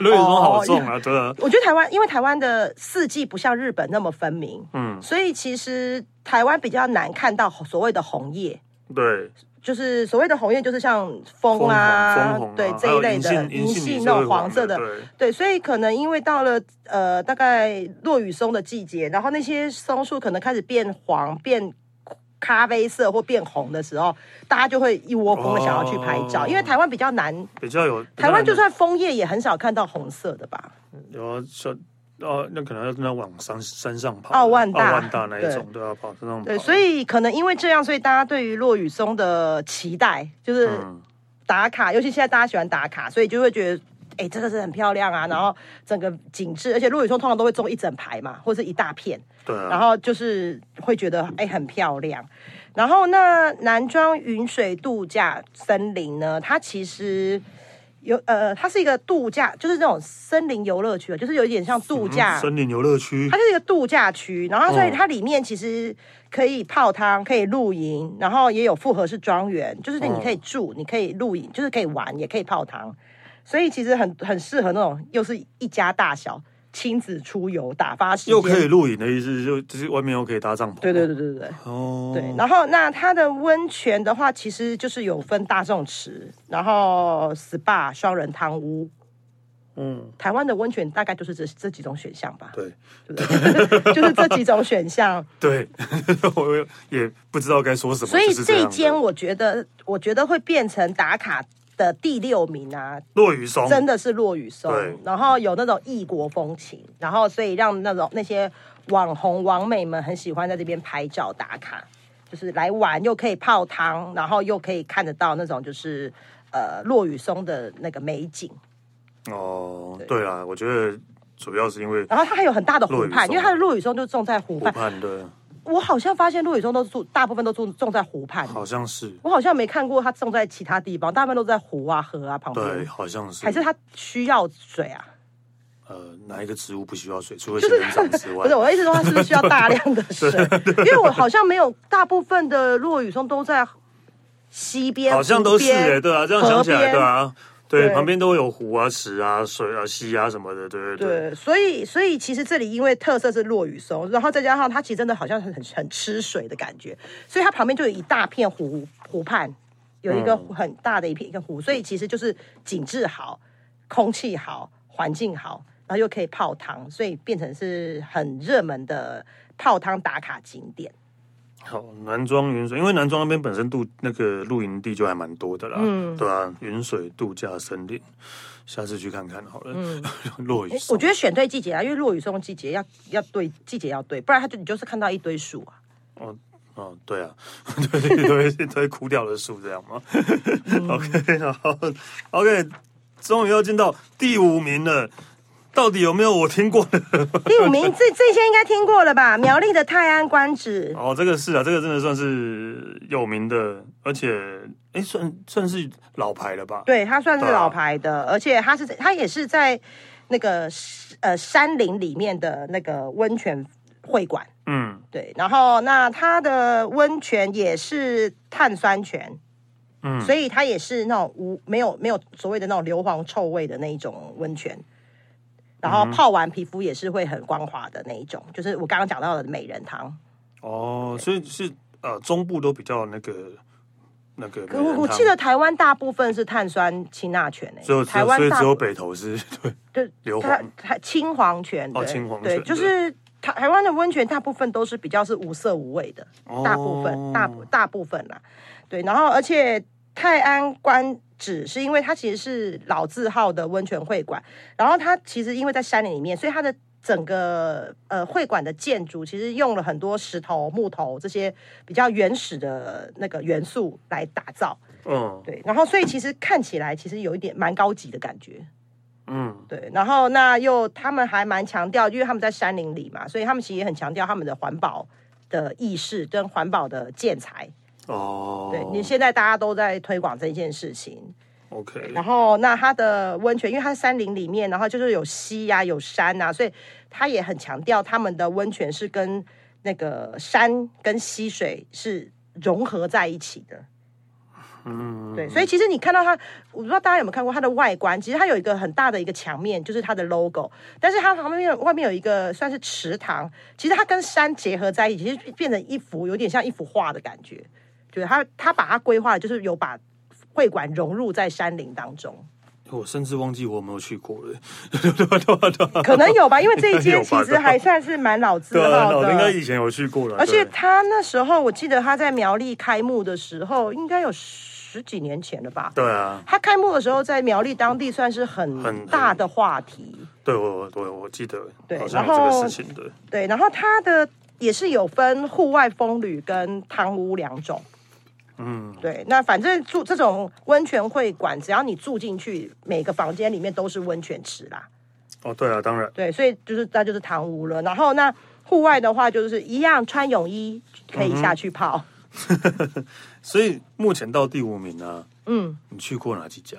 Speaker 1: 落羽松好重
Speaker 2: 哦
Speaker 1: 啊，真的，
Speaker 2: 我觉得台湾，因为台湾的四季不像日本那么分明，
Speaker 1: 嗯，
Speaker 2: 所以其实台湾比较难看到所谓的红叶，
Speaker 1: 对，
Speaker 2: 就是所谓的红叶，就是像枫
Speaker 1: 红
Speaker 2: 啊，
Speaker 1: 枫红啊
Speaker 2: 对
Speaker 1: 还
Speaker 2: 这
Speaker 1: 有
Speaker 2: 一类
Speaker 1: 银
Speaker 2: 的
Speaker 1: 杏银
Speaker 2: 杏
Speaker 1: 也
Speaker 2: 那
Speaker 1: 是
Speaker 2: 种
Speaker 1: 会
Speaker 2: 黄色的，
Speaker 1: 对，
Speaker 2: 对，所以可能因为到了呃大概落雨松的季节，然后那些松树可能开始变黄、变咖啡色或变红的时候，大家就会一窝蜂的想要去拍照，
Speaker 1: 哦
Speaker 2: 因为台湾比较难，
Speaker 1: 比较有
Speaker 2: 台湾就
Speaker 1: 比较
Speaker 2: 算枫叶也很少看到红色的吧。
Speaker 1: 有啊小哦，那可能要真的往山山上跑，
Speaker 2: 奥哦万大
Speaker 1: 奥万大那一种，对啊，跑山上跑，
Speaker 2: 对，所以可能因为这样，所以大家对于落雨松的期待就是
Speaker 1: 嗯。
Speaker 2: 打卡，尤其现在大家喜欢打卡，所以就会觉得。哎、真的是很漂亮啊！然后整个景致，而且落雨松通常都会种一整排嘛，或是一大片，
Speaker 1: 对啊，
Speaker 2: 然后就是会觉得哎、很漂亮。然后那南庄云水度假森林呢，它其实有呃，它是一个度假，就是那种森林游乐区，啊就是有一点像度假、
Speaker 1: 嗯森林游乐区
Speaker 2: 它，就是一个度假区，然后所以
Speaker 1: 嗯
Speaker 2: 它里面其实可以泡汤，可以露营，然后也有复合式庄园，就是你
Speaker 1: 嗯
Speaker 2: 可以住，你可以露营，就是可以玩，也可以泡汤，所以其实很很适合那种又是一家大小亲子出游打发时间，
Speaker 1: 又可以露营的意思，就就是外面又可以搭帐篷。
Speaker 2: 对对对对对。
Speaker 1: 哦，
Speaker 2: 对，然后那它的温泉的话，其实就是有分大众池，然后 SPA 双人汤屋。
Speaker 1: 嗯，
Speaker 2: 台湾的温泉大概就是这这几种选项吧，
Speaker 1: 对
Speaker 2: 对不对？就是这几种选项。
Speaker 1: 对， 我也不知道该说什么。
Speaker 2: 所以
Speaker 1: 就是这
Speaker 2: 这
Speaker 1: 样的
Speaker 2: 间我觉得，我觉得会变成打卡的第六名啊，
Speaker 1: 落雨松，
Speaker 2: 真的是落雨松
Speaker 1: 哦对，
Speaker 2: 然后有那种异国风情，然后所以让那种那些网红网美们很喜欢在这边拍照打卡，就是来玩又可以泡汤，然后又可以看得到那种就是呃落雨松的那个美景，
Speaker 1: 哦，对啊，我觉得主要是因为
Speaker 2: 然后它还有很大的湖
Speaker 1: 落雨
Speaker 2: 畔，
Speaker 1: 松
Speaker 2: 因为它的落雨松就种在湖
Speaker 1: 湖
Speaker 2: 畔，
Speaker 1: 畔的，
Speaker 2: 我好像发现落雨松都住大部分都住种在湖畔。
Speaker 1: 好像是，
Speaker 2: 我好像没看过它种在其他地方，大部分都在湖啊、河啊旁边。
Speaker 1: 对，好像是，
Speaker 2: 还是它需要水啊？
Speaker 1: 呃，哪一个植物不需要水，除了仙人掌之
Speaker 2: 不
Speaker 1: 外
Speaker 2: 是，，我的意思说它是不是需要大量的 水？因为我好像没有大部分的落雨松都在西边，
Speaker 1: 好像都是
Speaker 2: 湖边
Speaker 1: 哎，对啊，这样想起
Speaker 2: 河边
Speaker 1: 来，对啊，对，
Speaker 2: 对
Speaker 1: 旁边都有湖啊、池啊、水啊、溪啊什么的，对对对，
Speaker 2: 对，所以所以其实这里因为特色是落雨松，然后再加上它其实真的好像很很很吃水的感觉，所以它旁边就有一大片湖湖畔，有一个
Speaker 1: 嗯
Speaker 2: 很大的一片一个湖，所以其实就是景致好，空气好，环境好，然后又可以泡汤，所以变成是很热门的泡汤打卡景点。
Speaker 1: 好，南庄云水，因为南庄那边本身度那个露营地就还蛮多的啦，嗯，对啊，云水度假森林，下次去看看好了。 落雨
Speaker 2: 嗯诶
Speaker 1: 松
Speaker 2: 我觉得选对季节啊，因为落雨松季节要要对季节要对，不然它就你就是看到一堆树 啊。
Speaker 1: 哦，对啊， 对对对，一堆枯掉的树这样吗、o
Speaker 2: 嗯
Speaker 1: k 然后 OK，终于要进到第五名了，到底有没有我听过的？
Speaker 2: 第五名，这这些应该听过了吧？苗栗的泰安官址，
Speaker 1: 哦，这个是啊，这个真的算是有名的，而且哎，算算是老牌了吧？
Speaker 2: 对，它算是
Speaker 1: 对啊
Speaker 2: 老牌的，而且它是它也是在那个呃山林里面的那个温泉会馆。
Speaker 1: 嗯，
Speaker 2: 对，然后那它的温泉也是碳酸泉，
Speaker 1: 嗯
Speaker 2: 所以它也是那种无没有没有所谓的那种硫磺臭味的那一种温泉。
Speaker 1: 嗯
Speaker 2: 然后泡完皮肤也是会很光滑的那一种，就是我刚刚讲到的美人汤。
Speaker 1: 哦，所以是呃，中部都比较那个那个美
Speaker 2: 可
Speaker 1: 人汤。
Speaker 2: 我我记得台湾大部分是碳酸氢钠泉诶、
Speaker 1: 只有
Speaker 2: 台湾
Speaker 1: 所以
Speaker 2: 大
Speaker 1: 只有北投是对
Speaker 2: 对
Speaker 1: 硫
Speaker 2: 它
Speaker 1: 磺
Speaker 2: 它青黄泉
Speaker 1: 哦
Speaker 2: 对
Speaker 1: 青黄
Speaker 2: 对，
Speaker 1: 泉
Speaker 2: 就
Speaker 1: 对
Speaker 2: 是台台湾的温泉大部分都
Speaker 1: 哦
Speaker 2: 是比较是无色无味的，大部分、大部大部分啦，对，然后而且泰安关址是因为它其实是老字号的温泉会馆，然后它其实因为在山林里面，所以它的整个呃会馆的建筑其实用了很多石头、木头这些比较原始的那个元素来打造。
Speaker 1: 嗯
Speaker 2: 对，然后所以其实看起来其实有一点蛮高级的感觉。
Speaker 1: 嗯
Speaker 2: 对，然后那又他们还蛮强调，因为他们在山林里嘛，所以他们其实也很强调他们的环保的意识跟环保的建材。
Speaker 1: 哦，
Speaker 2: 对，你现在大家都在推广这件事情。
Speaker 1: OK，
Speaker 2: 然后那它的温泉，因为它是山林里面，然后就是有溪呀、有山啊，所以它也很强调他们的温泉是跟那个山跟溪水是融合在一起的。
Speaker 1: 嗯，
Speaker 2: 对，所以其实你看到它，我不知道大家有没有看过它的外观，其实它有一个很大的一个墙面，就是它的 logo，但是它旁边有外面有一个算是池塘，其实它跟山结合在一起，其实变成一幅有点像一幅画的感觉，就是它它把它规划的就是有把会馆融入在山林当 中，
Speaker 1: 我甚至忘记我有没有去过了，对啊对对对对，
Speaker 2: 可能有吧，因为这一
Speaker 1: 有
Speaker 2: 间
Speaker 1: 吧
Speaker 2: 其实还算是蛮老字
Speaker 1: 对啊，
Speaker 2: 号
Speaker 1: 我应该
Speaker 2: 的。
Speaker 1: 以前有去过了，
Speaker 2: 而且
Speaker 1: 对
Speaker 2: 他那时候，我记得他在苗栗开幕的时候，应该有十几年前了吧？
Speaker 1: 对啊，
Speaker 2: 他开幕的时候，在苗栗当地算是很
Speaker 1: 很
Speaker 2: 大的话题，
Speaker 1: 对我我我记得
Speaker 2: 对
Speaker 1: 好像有
Speaker 2: 然
Speaker 1: 这
Speaker 2: 后
Speaker 1: 个事情的，
Speaker 2: 对。然后它的也是有分户外风旅跟汤屋两种，
Speaker 1: 嗯
Speaker 2: 对。那反正住这种温泉会馆，只要你住进去，每个房间里面都是温泉池啦，
Speaker 1: 哦对啊，当然
Speaker 2: 对。所以就是那就是汤屋了。然后那户外的话，就是一样穿泳衣可以下去
Speaker 1: 嗯
Speaker 2: 泡。
Speaker 1: 所以目前到第五名呢、
Speaker 2: 嗯，
Speaker 1: 你去过哪几家？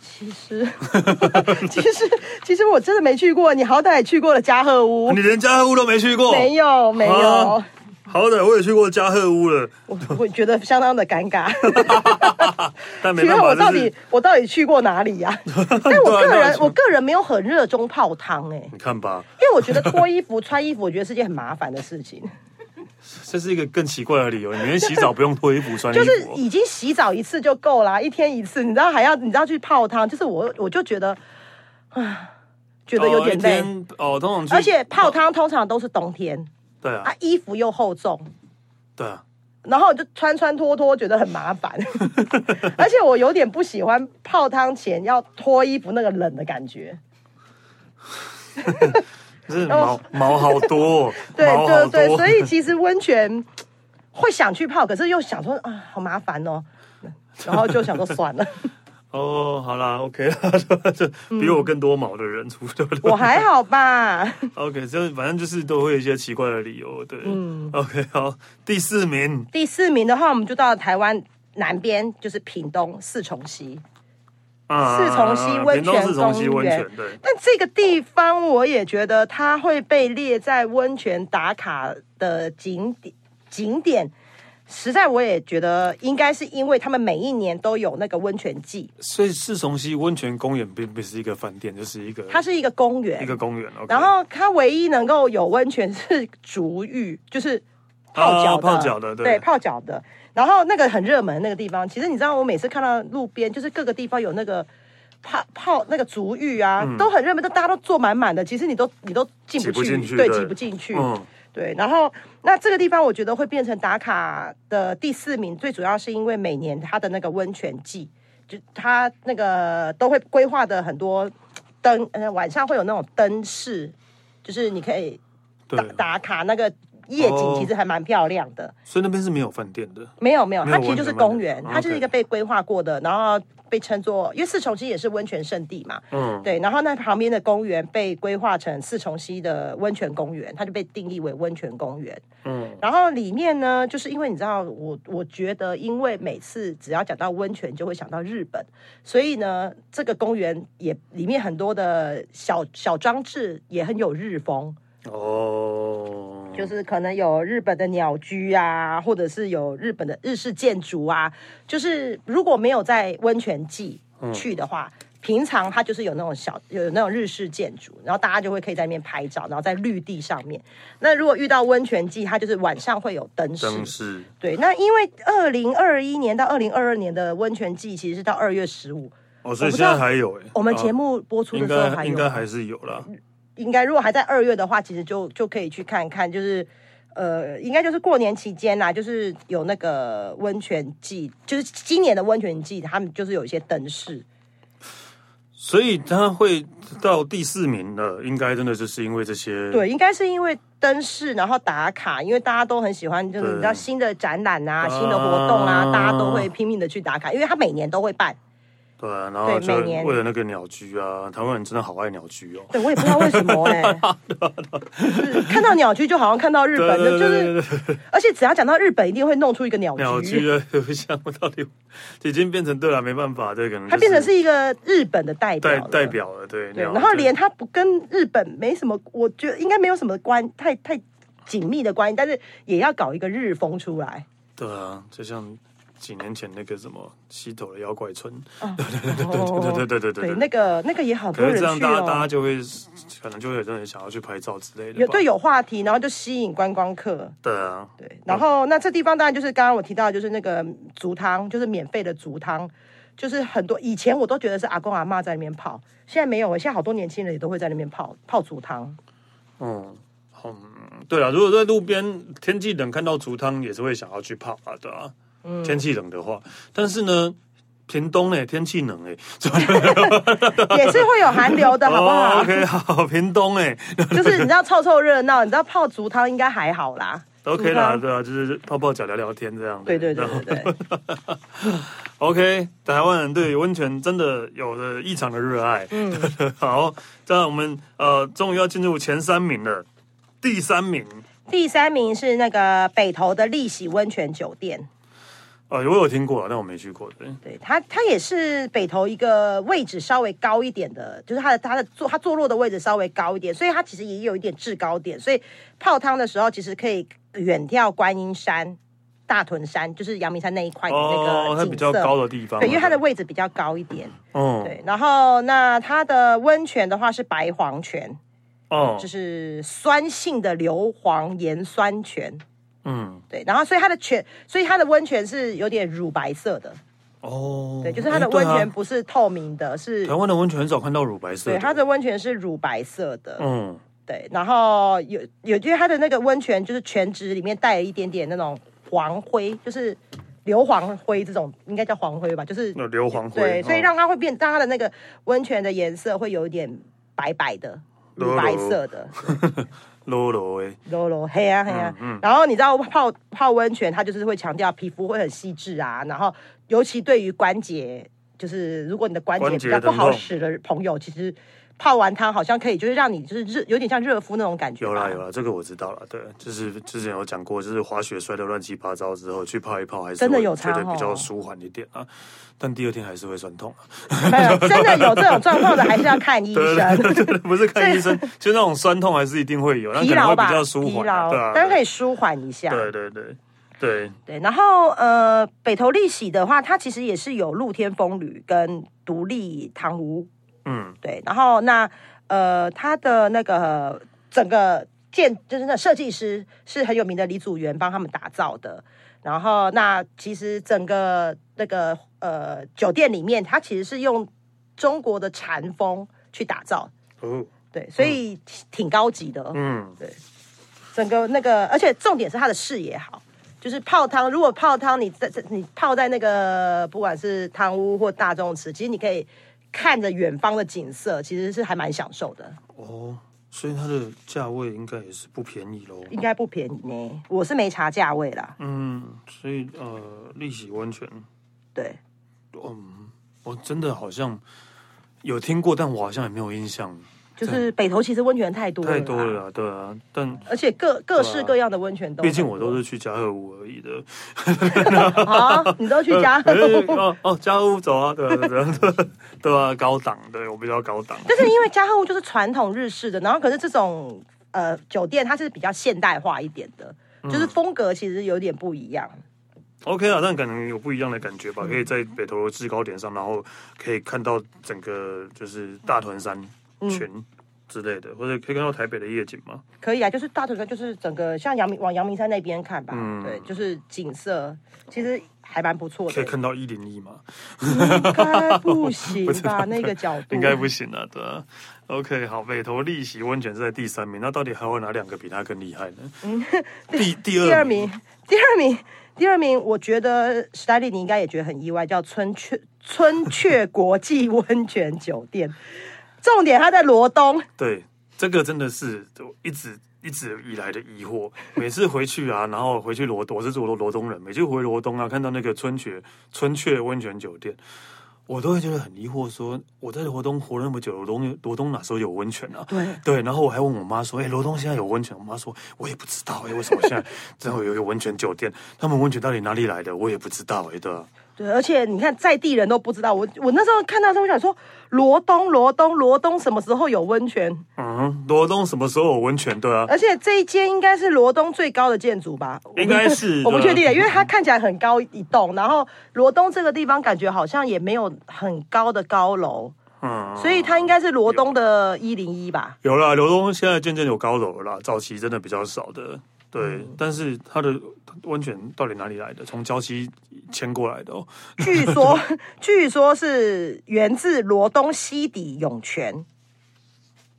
Speaker 2: 其实 其实其实我真的没去过，你好歹也去过了嘉禾屋
Speaker 1: 你。连嘉禾屋都没去过？
Speaker 2: 没有没有，
Speaker 1: 啊好歹我也去过嘉禾屋了，
Speaker 2: 我我觉得相当的尴尬。
Speaker 1: 但 没
Speaker 2: 请
Speaker 1: 办
Speaker 2: 问
Speaker 1: 法，
Speaker 2: 我到
Speaker 1: 就是
Speaker 2: 底我到底去过哪里 呀、但我个
Speaker 1: 对啊
Speaker 2: 人我个人没有很热衷泡汤哎、
Speaker 1: 你看吧，
Speaker 2: 因为我觉得脱衣服穿衣服，我觉得是件很麻烦的事情。
Speaker 1: 这是一个更奇怪的理由，你连洗澡不用脱衣服穿衣
Speaker 2: 就是
Speaker 1: 服哦，
Speaker 2: 已经洗澡一次就够啦，一天一次，你知道还要你知道去泡汤，就是我我就觉得啊，觉得有点
Speaker 1: 哦
Speaker 2: 累。
Speaker 1: 一天哦，通常去
Speaker 2: 而且泡汤通常都是冬天
Speaker 1: 对啊
Speaker 2: 啊，衣服又厚重，
Speaker 1: 对啊，
Speaker 2: 然后我就穿穿脱脱，觉得很 麻烦。而且我有点不喜欢泡汤前要脱衣服那个冷的感觉。
Speaker 1: 真是毛毛好多哦，
Speaker 2: 对
Speaker 1: 毛好
Speaker 2: 对对，
Speaker 1: 多
Speaker 2: 所以其实温泉会想去泡，可是又想说啊，好麻烦哦，然后就想说算 了。
Speaker 1: 哦，好啦，OK 啦， 这比我更多毛的人出对不对
Speaker 2: 嗯我还好吧，
Speaker 1: ？OK，这反正就是都会有一些奇怪的理由，对，嗯，OK，好，第四名，
Speaker 2: 第四名的话，我们就到了台湾南边，就是屏东四重溪。
Speaker 1: 啊
Speaker 2: 四重溪温泉
Speaker 1: 屏东四重溪
Speaker 2: 公
Speaker 1: 温
Speaker 2: 园
Speaker 1: 泉，对，
Speaker 2: 但这个地方，我也觉得它会被列在温泉打卡的景点景点。实在，我也觉得应该是因为他们每一年都有那个温泉季，
Speaker 1: 所以四重溪温泉公园并不是一个饭店，就是一个
Speaker 2: 它是一个公
Speaker 1: 一
Speaker 2: 园，
Speaker 1: 个公园，OK，
Speaker 2: 然后它唯一能够有温泉是足浴，就是泡脚的、
Speaker 1: 啊泡脚的对
Speaker 2: 泡脚的。然后那个很热门那个地方，其实你知道，我每次看到路边就是各个地方有那个泡泡那个足浴啊，都很热门，都大家都坐满满的，其实你都你都进不
Speaker 1: 嗯挤不
Speaker 2: 去，
Speaker 1: 进去
Speaker 2: 对，
Speaker 1: 对
Speaker 2: 挤不进去。
Speaker 1: 嗯，
Speaker 2: 对，然后那这个地方我觉得会变成打卡的第四名，最主要是因为每年它的那个温泉季，就它那个都会规划的很多灯，呃，晚上会有那种灯饰，就是你可以
Speaker 1: 对
Speaker 2: 打，打卡那个夜景，
Speaker 1: 哦
Speaker 2: 其实还蛮漂亮的。
Speaker 1: 所以那边是没有饭店的，
Speaker 2: 没有没有，
Speaker 1: 没有
Speaker 2: 它其实就是
Speaker 1: 温泉吗
Speaker 2: 公园，
Speaker 1: 哦
Speaker 2: 它就
Speaker 1: OK
Speaker 2: 是一个被规划过的，然后被称作，因为四重溪也是温泉圣地嘛，
Speaker 1: 嗯，
Speaker 2: 对，然后那旁边的公园被规划成四重溪的温泉公园，它就被定义为温泉公园。
Speaker 1: 嗯，
Speaker 2: 然后里面呢，就是因为你知道，我我觉得，因为每次只要讲到温泉，就会想到日本，所以呢，这个公园也里面很多的小小装置也很有日风，
Speaker 1: 嗯哦，
Speaker 2: 就是可能有日本的鸟居啊，或者是有日本的日式建筑啊。就是如果没有在温泉季
Speaker 1: 嗯
Speaker 2: 去的话，平常它就是有那种小有那种日式建筑，然后大家就会可以在那边拍照，然后在绿地上面。那如果遇到温泉季，它就是晚上会有灯饰。
Speaker 1: 真是
Speaker 2: 对，那因为二零二一年到二零二二年的温泉季其实是到二月十五，
Speaker 1: 哦，所以
Speaker 2: 我
Speaker 1: 现
Speaker 2: 不知道
Speaker 1: 在还有哎、
Speaker 2: 我们
Speaker 1: 啊
Speaker 2: 节目播出
Speaker 1: 应
Speaker 2: 的时候
Speaker 1: 该
Speaker 2: 还有
Speaker 1: 应
Speaker 2: 吗
Speaker 1: 该还是有啦，
Speaker 2: 应该如果还在二月的话，其实就就可以去看看，就是呃，应该就是过年期间啦、就是有那个温泉季，就是今年的温泉季，他们就是有一些灯饰。
Speaker 1: 所以他会到第四名了，应该真的就是因为这些。
Speaker 2: 对，应该是因为灯饰，然后打卡，因为大家都很喜欢，就是
Speaker 1: 对
Speaker 2: 你知道新的展览啊、新的活动啊，
Speaker 1: 啊
Speaker 2: 大家都会拼命的去打卡，因为他每年都会办。
Speaker 1: 对啊，然后
Speaker 2: 对
Speaker 1: 就
Speaker 2: 每年
Speaker 1: 为了那个鸟居啊，台湾人真的好爱鸟居哦。
Speaker 2: 对，我也不知道为什么哎、就是看到鸟居就好像看到日本的，就是，
Speaker 1: 对对
Speaker 2: 而且只要讲到日本，一定会弄出一个鸟居，
Speaker 1: 鸟居啊，有像我到底已经变成对了，没办法，这可能
Speaker 2: 它
Speaker 1: 就
Speaker 2: 变成是一个日本的代表
Speaker 1: 代
Speaker 2: 了
Speaker 1: 代。表了，对。
Speaker 2: 对，
Speaker 1: 鸟
Speaker 2: 然后连它不跟日本没什么，我觉得应该没有什么关太太紧密的关系，但是也要搞一个日风出来。
Speaker 1: 对啊，就像几年前那个什么西头的妖怪村，对
Speaker 2: 对
Speaker 1: 对对对对对
Speaker 2: 对，那个那个也好多
Speaker 1: 可
Speaker 2: 人
Speaker 1: 是这样
Speaker 2: 去
Speaker 1: 大家、大
Speaker 2: 哦
Speaker 1: 家，就会可能就会有人想要去拍照之类的吧。
Speaker 2: 有对有话题，然后就吸引观光客。
Speaker 1: 对啊，
Speaker 2: 对，然后那这地方当然就是刚刚我提到，就是那个竹汤，就是免费的竹汤，就是很多以前我都觉得是阿公阿妈在里面泡，现在没有，现在好多年轻人也都会在那边泡泡 竹汤。
Speaker 1: 嗯。嗯，对啊，如果在路边天气冷看到竹汤，也是会想要去泡啊，对啊。
Speaker 2: 嗯
Speaker 1: 天气冷的话，但是呢，屏东呢天气冷哎、
Speaker 2: 也是会有寒流的，好不
Speaker 1: 哦
Speaker 2: 好？
Speaker 1: ，OK，好，屏东 哎、
Speaker 2: 就是你知道凑凑热闹，你知道泡竹汤应该还好啦。
Speaker 1: OK
Speaker 2: 竹
Speaker 1: 啦，
Speaker 2: 汤
Speaker 1: 对啊，就是泡泡脚聊聊天这样的。
Speaker 2: 对对对
Speaker 1: 然后
Speaker 2: 对对，
Speaker 1: OK，台湾人对于温泉真的有了异常的热爱。嗯， 好，这样我们呃，终于要进入前三名了。第三名，
Speaker 2: 第三名是那个北投的丽喜温泉酒店，
Speaker 1: 呃，我有听过啊，但我没去过的。
Speaker 2: 对它它也是北投一个位置稍微高一点的，就是它的它的坐它坐落的位置稍微高一点，所以它其实也有一点制高点，所以泡汤的时候其实可以远眺观音山、大屯山，就是阳明山那一块的那
Speaker 1: 哦，
Speaker 2: 个
Speaker 1: 它
Speaker 2: 景色，
Speaker 1: 比较高的地方，
Speaker 2: 对，因为它的，位置比较高一点，
Speaker 1: 哦
Speaker 2: 对。然后那它的温泉的话是白黄泉，
Speaker 1: 哦
Speaker 2: 就，是酸性的硫磺盐酸泉。
Speaker 1: 嗯，
Speaker 2: 对，然后所以它的泉，所以它的温泉是有点乳白色的，
Speaker 1: 哦，
Speaker 2: 对，就是它的
Speaker 1: 哎
Speaker 2: 温
Speaker 1: 对
Speaker 2: 泉
Speaker 1: 啊
Speaker 2: 不是透明的，是
Speaker 1: 台湾的温泉很少看到乳白色
Speaker 2: 对
Speaker 1: 的，
Speaker 2: 它的温泉是乳白色的，
Speaker 1: 嗯，
Speaker 2: 对，然后有有因为它的那个温泉就是泉质里面带了一点点那种黄灰，就是硫磺灰这种，应该叫黄灰吧，就是
Speaker 1: 那硫磺嗯灰，
Speaker 2: 对，所以
Speaker 1: 哦
Speaker 2: 让它会变，让它的那个温泉的颜色会有一点白白的。乳白色的，
Speaker 1: 啰啰哎，
Speaker 2: 柔柔黑啊黑啊。
Speaker 1: 嗯
Speaker 2: 然后你知道泡泡温泉，它就是会强调皮肤会很细致啊，然后尤其对于关节，就是如果你的关节
Speaker 1: 关节
Speaker 2: 比较不好
Speaker 1: 疼痛
Speaker 2: 使的朋友，其实泡完汤好像可以，就是让你就是热，有点像热敷那种感觉吧。
Speaker 1: 有啦有啦，这个我知道了。对，就是之前有讲过，就是滑雪摔得乱七八糟之后去泡一泡，还是
Speaker 2: 真的
Speaker 1: 会
Speaker 2: 有
Speaker 1: 觉
Speaker 2: 差
Speaker 1: 得
Speaker 2: 哦
Speaker 1: 比较舒缓一点啊。但第二天还是会酸痛啊。
Speaker 2: 没有，真的有这种状况的，还是要看医
Speaker 1: 对对
Speaker 2: 生。
Speaker 1: 对对，不是看医生，就那种酸痛还是一定会有，那
Speaker 2: 疲
Speaker 1: 可能
Speaker 2: 劳
Speaker 1: 会
Speaker 2: 吧，
Speaker 1: 比较舒
Speaker 2: 疲
Speaker 1: 缓啊，
Speaker 2: 劳
Speaker 1: 对啊，，
Speaker 2: 但是可以啊舒缓一下。
Speaker 1: 对对对对，
Speaker 2: 对，然后呃，北投利喜的话，它其实也是有露天风吕跟独立堂屋，
Speaker 1: 嗯，
Speaker 2: 对，然后那呃，它的那个整个建就是那设计师是很有名的李祖元帮他们打造的，然后那其实整个那个呃酒店里面，它其实是用中国的禅风去打造，
Speaker 1: 哦，
Speaker 2: 对，所以挺高级的，
Speaker 1: 嗯，
Speaker 2: 整个那个，而且重点是它的视野好，就是泡汤。如果泡汤你在你泡在那个不管是汤屋或大众池，其实你可以看着远方的景色，其实是还蛮享受的，
Speaker 1: 哦，所以它的价位应该也是不便宜喽。
Speaker 2: 应该不便宜呢。我是没查价位啦，
Speaker 1: 嗯，所以呃，利喜温泉，
Speaker 2: 对，
Speaker 1: 嗯，我真的好像有听过，但我好像也没有印象，
Speaker 2: 就是北投其实温泉太多了，
Speaker 1: 太多，了啦，对啊，但。
Speaker 2: 而且各各式各样的温泉都很多。
Speaker 1: 毕竟我都是去嘉禾屋而已 的，
Speaker 2: 啊，你都去 加
Speaker 1: 哎哦哦，嘉禾屋走啊，对啊对啊对啊对啊，高档，对我比较高档，
Speaker 2: 但是因为加贺屋就是传统日式的，然后可是这种呃酒店它是比较现代化一点的，
Speaker 1: 嗯
Speaker 2: 就是风格其实有点不一样。
Speaker 1: OK 啊，但可能有不一样的感觉吧，可以在北投的嗯制高点上，然后可以看到整个就是大屯山群，之类的，或者可以看到台北的夜景吗？
Speaker 2: 可以啊，就是大屯跟就是整个像阳明往阳明山那边看吧，
Speaker 1: 嗯
Speaker 2: 对，就是景色其实还蛮不错
Speaker 1: 可以
Speaker 2: 的，
Speaker 1: 看到一零一吗？
Speaker 2: 应该 不行吧？那个角度
Speaker 1: 应该不行啊，对啊。OK，好，北投利息温泉是在第三名，那到底还有哪两个比它更厉害呢？ 第第
Speaker 2: 嗯第
Speaker 1: 二
Speaker 2: 二名，第二名，第二名，我觉得史丹利你应该也觉得很意外，叫春雀春雀国际温泉酒店。重点，它在罗东，
Speaker 1: 对，这个真的是我一直一直以来的疑惑。每次回去啊，然后回去罗，我是住罗罗东人，每次回罗东啊，看到那个春雀春雀温泉酒店，我都会觉得很疑惑说我在罗东活了那么久，罗东罗东哪时候有温泉啊？
Speaker 2: 对
Speaker 1: 对，然后我还问我妈说，哎、罗东现在有温泉？我妈说，我也不知道哎、为什么现在真的有有温泉酒店？他们温泉到底哪里来的？我也不知道哎、对啊、
Speaker 2: 对，而且你看在地人都不知道，我我那时候看到之后想说，罗东，罗东，罗东什么时候有温泉？
Speaker 1: 嗯，罗东什么时候有温泉？对啊，
Speaker 2: 而且这一间应该是罗东最高的建筑吧？
Speaker 1: 应该是
Speaker 2: 我不我不
Speaker 1: 对
Speaker 2: 确定，啊因为它看起来很高一栋，然后罗东这个地方感觉好像也没有很高的高楼，
Speaker 1: 嗯，
Speaker 2: 所以它应该是罗东的一零一吧？
Speaker 1: 有啦，刘东现在渐渐有高楼了啦，早期真的比较少的。对，
Speaker 2: 嗯
Speaker 1: 但是它的温泉到底哪里来的？从礁溪迁过来的哦。
Speaker 2: 据说 据说是源自罗东西底涌泉，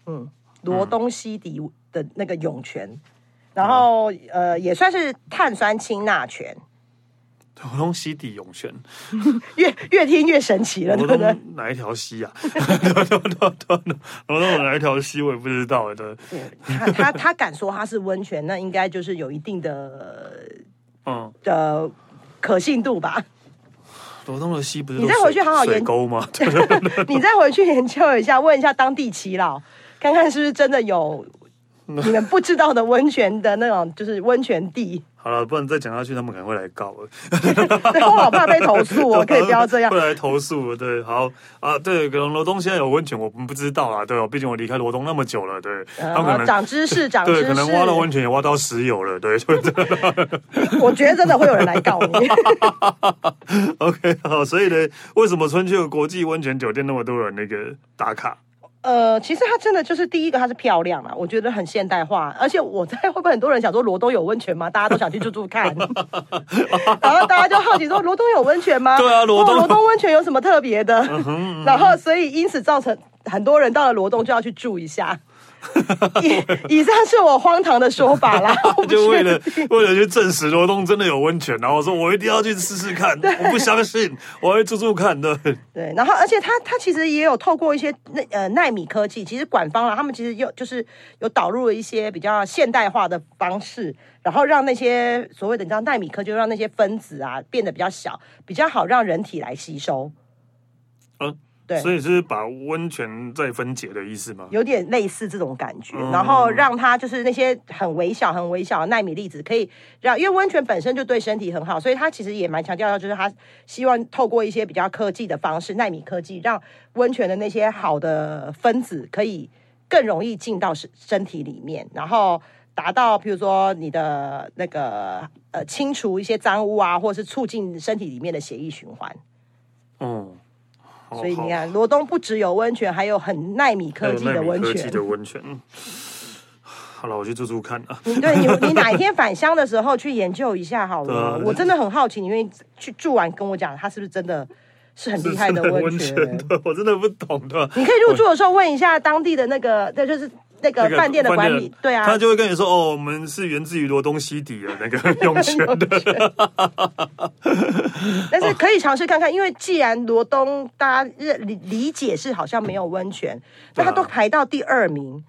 Speaker 2: 嗯，罗东西底的那个涌泉，然后、呃也算是碳酸氢钠泉，
Speaker 1: 罗东溪底涌泉，
Speaker 2: 越越听越神奇了，对
Speaker 1: 哦罗
Speaker 2: 不对？
Speaker 1: 东哪一条溪啊？对对对对对罗东哪一条溪我也不知道的。
Speaker 2: 对他他他敢说他是温泉，那应该就是有一定的
Speaker 1: 嗯，
Speaker 2: 的可信度吧。
Speaker 1: 罗东的溪不是
Speaker 2: 你再
Speaker 1: 都水
Speaker 2: 回去好好研
Speaker 1: 水沟吗？ 对对对
Speaker 2: 你再回去研究一下，问一下当地耆老，看看是不是真的有你们不知道的温泉的那种，就是温泉地。
Speaker 1: 好了，不然再讲下去他们可能会来告我。
Speaker 2: 对我好怕被投诉哦，可以不 要这样
Speaker 1: 会。来投诉，对，好啊，对，可能罗东现在有温泉，我们不知道啊，对哦，毕竟我离开罗东那么久了，对，他
Speaker 2: 然
Speaker 1: 们可
Speaker 2: 后
Speaker 1: 能
Speaker 2: 呃长知识，长知
Speaker 1: 对，
Speaker 2: 识。
Speaker 1: 可能挖到温泉也挖到石油了，对， 对对。
Speaker 2: 我觉得真的会有人来告你。
Speaker 1: OK，好，所以呢，为什么春秋国际温泉酒店那么多人那个打卡？
Speaker 2: 呃，其实它真的就是第一个，它是漂亮啊，我觉得很现代化。而且我在会不会很多人想说罗东有温泉吗？大家都想去住 住看，然后大家就好奇说罗东有温泉吗？
Speaker 1: 对啊罗东嗯
Speaker 2: 哦罗东温泉有什么特别的？然后所以因此造成很多人到了罗东就要去住一下。以以上是我荒唐的说 法啦，我不
Speaker 1: 就为
Speaker 2: 确
Speaker 1: 了
Speaker 2: 定
Speaker 1: 为了去证实罗东真的有温泉，然后我说我一定要去试试看，我不相信，我要去住住看 的。对
Speaker 2: 对，然后而且它它其实也有透过一些那呃纳米科技，其实管方啦，啊他们其实又就是有导入了一些比较现代化的方式，然后让那些所谓的你知道纳米科技，就让那些分子啊变得比较小，比较好让人体来吸收，
Speaker 1: 嗯，
Speaker 2: 对
Speaker 1: 所以是把温泉再分解的意思吗？
Speaker 2: 有点类似这种感觉，
Speaker 1: 嗯
Speaker 2: 然后让它就是那些很微小、很微小的纳米粒子可以让，因为温泉本身就对身体很好，所以它其实也蛮强调的，就是它希望透过一些比较科技的方式，纳米科技让温泉的那些好的分子可以更容易进到身身体里面，然后达到比如说你的那个呃清除一些脏污啊，或是促进身体里面的血液循环。
Speaker 1: 哦，好
Speaker 2: 所以你
Speaker 1: 好
Speaker 2: 看，罗东不只有温泉，还有很纳米科技
Speaker 1: 还有纳
Speaker 2: 的
Speaker 1: 米
Speaker 2: 温
Speaker 1: 科技
Speaker 2: 泉。
Speaker 1: 的温泉。嗯好了，我去住住看啊。
Speaker 2: 嗯你对你你哪一天返乡的时候去研究一下好
Speaker 1: 对啊
Speaker 2: 了，我真的很好奇，你愿意去住完跟我讲，它是不是真的是很厉害的温 泉？
Speaker 1: 对我真的不懂的。
Speaker 2: 你可以入住的时候问一下当地的那个，那就是那个
Speaker 1: 那个
Speaker 2: 饭店的管理，对啊，
Speaker 1: 他就会跟你说哦，我们是源自于罗东西底的那个涌泉的，
Speaker 2: 但是可以尝试看看，因为既然罗东大家理理解是好像没有温泉，那
Speaker 1: 对啊
Speaker 2: 它都排到第二名，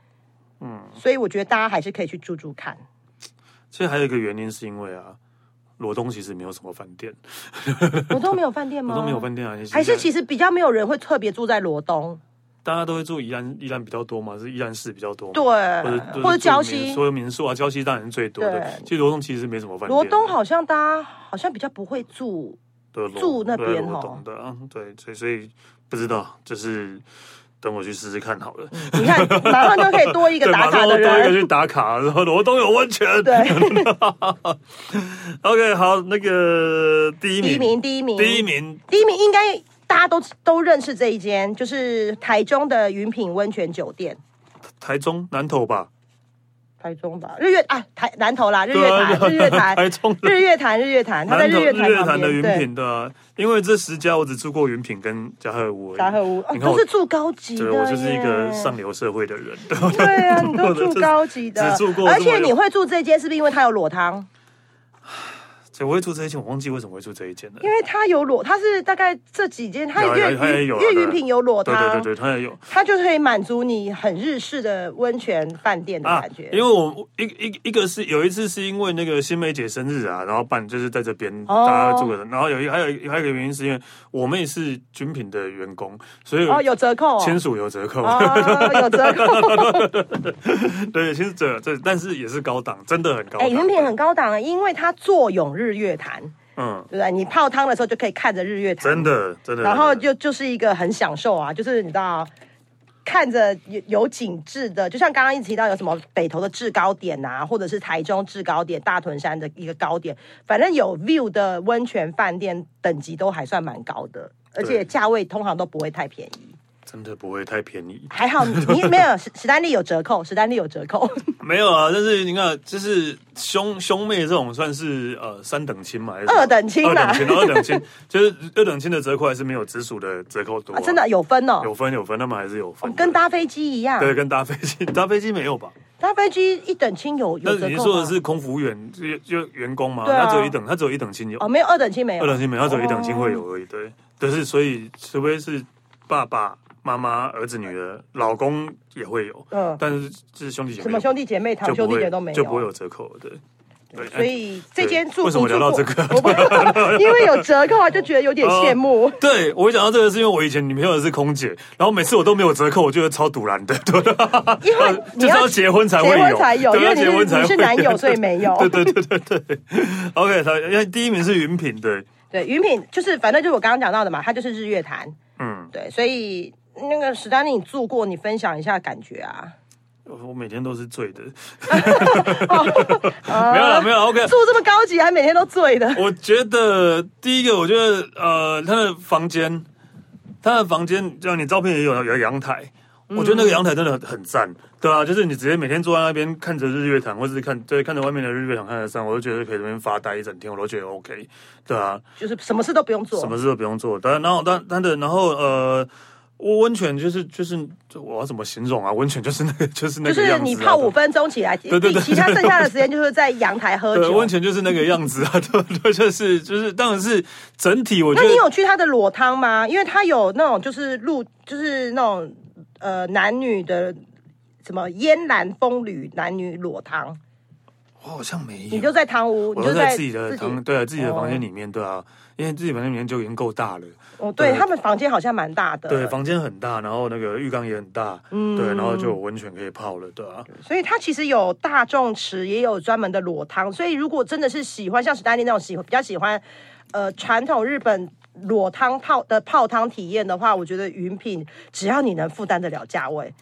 Speaker 2: 嗯，所以我觉得大家还是可以去住住看。
Speaker 1: 其实还有一个原因是因为啊，罗东其实没有什么饭店，
Speaker 2: 罗东没有饭店吗？
Speaker 1: 罗东没有饭店啊，
Speaker 2: 哦还是
Speaker 1: 其
Speaker 2: 其实比较没有人会特别住在罗东，
Speaker 1: 大家都会住宜兰，宜兰比较多嘛，是宜兰市比较多嘛，
Speaker 2: 对啊
Speaker 1: 或者，
Speaker 2: 或者礁
Speaker 1: 民
Speaker 2: 溪。
Speaker 1: 所有民宿啊，礁溪当然是最多的
Speaker 2: 对。
Speaker 1: 其实罗东其实没什么饭店，啊
Speaker 2: 罗东好像大家好像比较不会住，
Speaker 1: 对罗
Speaker 2: 住那边
Speaker 1: 对罗
Speaker 2: 哦
Speaker 1: 东的啊，对，所以所以不知道，就是等我去试试看好了。
Speaker 2: 你看 马上就可以嗯多一个
Speaker 1: 对，
Speaker 2: 打
Speaker 1: 马
Speaker 2: 卡
Speaker 1: 上
Speaker 2: 的
Speaker 1: 多一个
Speaker 2: 人。
Speaker 1: 去打卡，然后罗东有温泉。
Speaker 2: 对，
Speaker 1: OK，好，那个 第一
Speaker 2: 第
Speaker 1: 名，
Speaker 2: 一名，第一名，
Speaker 1: 第一，名
Speaker 2: 第一名应该大家都都认识这一间，就是台中的云品温泉酒店。
Speaker 1: 台中南投吧，
Speaker 2: 台中吧，日月啊，台南投啦，日月
Speaker 1: 对啊
Speaker 2: 潭，日月 潭，
Speaker 1: 台中
Speaker 2: 日月潭，日月潭，它在
Speaker 1: 南投
Speaker 2: 日月潭
Speaker 1: 日月
Speaker 2: 旁
Speaker 1: 潭的
Speaker 2: 边，
Speaker 1: 云
Speaker 2: 对，
Speaker 1: 品对啊，因为这十家我只住过云品跟嘉禾屋而已，
Speaker 2: 达赫屋，哦
Speaker 1: 你看我
Speaker 2: 都是住高级的
Speaker 1: 对
Speaker 2: 耶，
Speaker 1: 我就是一个上流社会的人，
Speaker 2: 对啊，你都住高级的，
Speaker 1: 只住过
Speaker 2: 而
Speaker 1: 这么
Speaker 2: 且
Speaker 1: 有
Speaker 2: 你会住这间，是不是因为它有裸汤？
Speaker 1: 所以我会住这一间，我忘记为什么会住这一间了
Speaker 2: 因。为它有裸，它是大概这几间，它
Speaker 1: 有啊
Speaker 2: 岳
Speaker 1: 它也有啊
Speaker 2: 岳
Speaker 1: 对
Speaker 2: 云品有裸
Speaker 1: 对对对
Speaker 2: 汤，
Speaker 1: 对，它也有
Speaker 2: 它就可以满足你很日式的温泉饭店的
Speaker 1: 啊
Speaker 2: 感觉，。
Speaker 1: 因为我一一一个是有一次是因为那个新梅姐生日啊，然后办就是在这边
Speaker 2: 哦
Speaker 1: 大家住的，然后有一还有一还有一个原因是因为我妹是军品的员工，所以
Speaker 2: 哦，有折扣哦，
Speaker 1: 签署有折扣，
Speaker 2: 哦，有折 扣。
Speaker 1: 对，其实这这但是也是高档，真的很高
Speaker 2: 哎，
Speaker 1: 档，
Speaker 2: 云品很高档，因为它坐拥日月潭，
Speaker 1: 嗯，
Speaker 2: 对不对？你泡汤的时候就可以看着日月潭，
Speaker 1: 真。的真的，
Speaker 2: 然后
Speaker 1: 真的
Speaker 2: 就就是一个很享受啊，就是你知道。看着有有景致的，就像刚刚一直提到有什么北投的制高点啊，或者是台中制高点、大屯山的一个高点，反正有 view 的温泉饭店等级都还算蛮高的，而且
Speaker 1: 对
Speaker 2: 价位通常都不会太便 宜。
Speaker 1: 真的不会太便宜，
Speaker 2: 还好你你没有史史丹利有折扣，史丹利有折扣。
Speaker 1: 没有啊，但是你看，就是兄兄妹这种算是呃三等亲嘛，还是什么
Speaker 2: 二等亲啊
Speaker 1: 二
Speaker 2: 啦
Speaker 1: 等亲，二等亲， 就是二等亲的折扣还是没有直属的折扣多、
Speaker 2: 啊，真的有分哦，
Speaker 1: 有分有分，他们还是有分的、
Speaker 2: 跟搭飞机一样，
Speaker 1: 对跟搭飞机 搭飞机没有吧？
Speaker 2: 搭飞机一等亲有有
Speaker 1: 但
Speaker 2: 折扣
Speaker 1: 是
Speaker 2: 吗
Speaker 1: 你说的是空服务员就就员工嘛，
Speaker 2: 对啊
Speaker 1: 他只有一等，他只有一等亲有，
Speaker 2: 哦，没有二等亲没有，
Speaker 1: 二等亲没有，他只有一等亲会
Speaker 2: 哦
Speaker 1: 有而已。对，但是所以除非是爸爸妈妈、儿子、女儿、老公也会有，
Speaker 2: 嗯
Speaker 1: 但是是兄弟姐妹
Speaker 2: 什么兄弟姐妹、堂
Speaker 1: 就
Speaker 2: 兄
Speaker 1: 不
Speaker 2: 弟
Speaker 1: 会
Speaker 2: 姐妹都没有，
Speaker 1: 就不会有折扣，对。呃对，
Speaker 2: 所以这间住
Speaker 1: 为什么
Speaker 2: 你
Speaker 1: 聊
Speaker 2: 住
Speaker 1: 到
Speaker 2: 过
Speaker 1: 这个哦
Speaker 2: 我不知道， 因为有折扣啊，就觉得有点羡慕。
Speaker 1: 哎对，我讲到这个是因为我以前女朋友是空姐，然后每次我都没有折扣，我觉得超堵然的，对吧？
Speaker 2: 因为你
Speaker 1: 哦就是
Speaker 2: 要
Speaker 1: 要结婚才
Speaker 2: 结
Speaker 1: 会
Speaker 2: 婚才有，
Speaker 1: 有，对，
Speaker 2: 因为
Speaker 1: 要
Speaker 2: 你
Speaker 1: 结婚
Speaker 2: 是
Speaker 1: 才
Speaker 2: 你
Speaker 1: 会
Speaker 2: 是男友，所以没有。
Speaker 1: 对对对对对，OK，他因为第一名是云品，对，
Speaker 2: 对，云品就是反正就是我刚刚讲到的嘛，它就是日月潭。
Speaker 1: 嗯，
Speaker 2: 对，所以那个史丹利，你住过，你分享一下感觉啊？
Speaker 1: 我每天都是醉 的，
Speaker 2: 没
Speaker 1: 没有了没有啦，OK，
Speaker 2: 住这么高级，还每天都醉的。
Speaker 1: 我觉得第一个，我觉得呃，他的房间，他的房间，像你照片也有有阳台，我觉得那个阳台真的很很赞，对啊，就是你直接每天坐在那边看着日月潭，或者是看对看着外面的日月潭，看着山，我就觉得可以在那边发呆一整天，我都觉得 OK，对啊，
Speaker 2: 就是什么事都不用做
Speaker 1: 什，么事都不用做，但然后但但的然后呃。温温泉就是就是我要怎么形容啊？温泉就是那个就是那
Speaker 2: 就
Speaker 1: 个
Speaker 2: 是
Speaker 1: 样子、啊，
Speaker 2: 你泡五分钟起来，
Speaker 1: 对对对
Speaker 2: 其他剩下的时间就是在阳台喝
Speaker 1: 对
Speaker 2: 酒
Speaker 1: 温。泉就是那个样子啊， 对对，就是就是，当然是整体我觉
Speaker 2: 那
Speaker 1: 得
Speaker 2: 你有去他的裸汤吗？因为他有那种就是露，就是那种呃男女的什么烟兰风旅男女裸汤，
Speaker 1: 我好像没有，
Speaker 2: 你就在汤屋，你
Speaker 1: 我
Speaker 2: 就
Speaker 1: 都
Speaker 2: 在
Speaker 1: 在自己的房，对啊，自己的房间里面，对啊，因为自己房间里面就已经够大了，
Speaker 2: 哦，对
Speaker 1: 对
Speaker 2: 他们房间好像蛮大的，
Speaker 1: 对，房间很大，然后那个浴缸也很大，对，然后就有温泉可以泡了，对啊，
Speaker 2: 所以它其实有大众池，也有专门的裸汤。所以如果真的是喜欢像史丹利那种喜比较喜欢，呃，传统日本裸汤泡的泡汤体验的话，我觉得云品只要你能负担得了价位，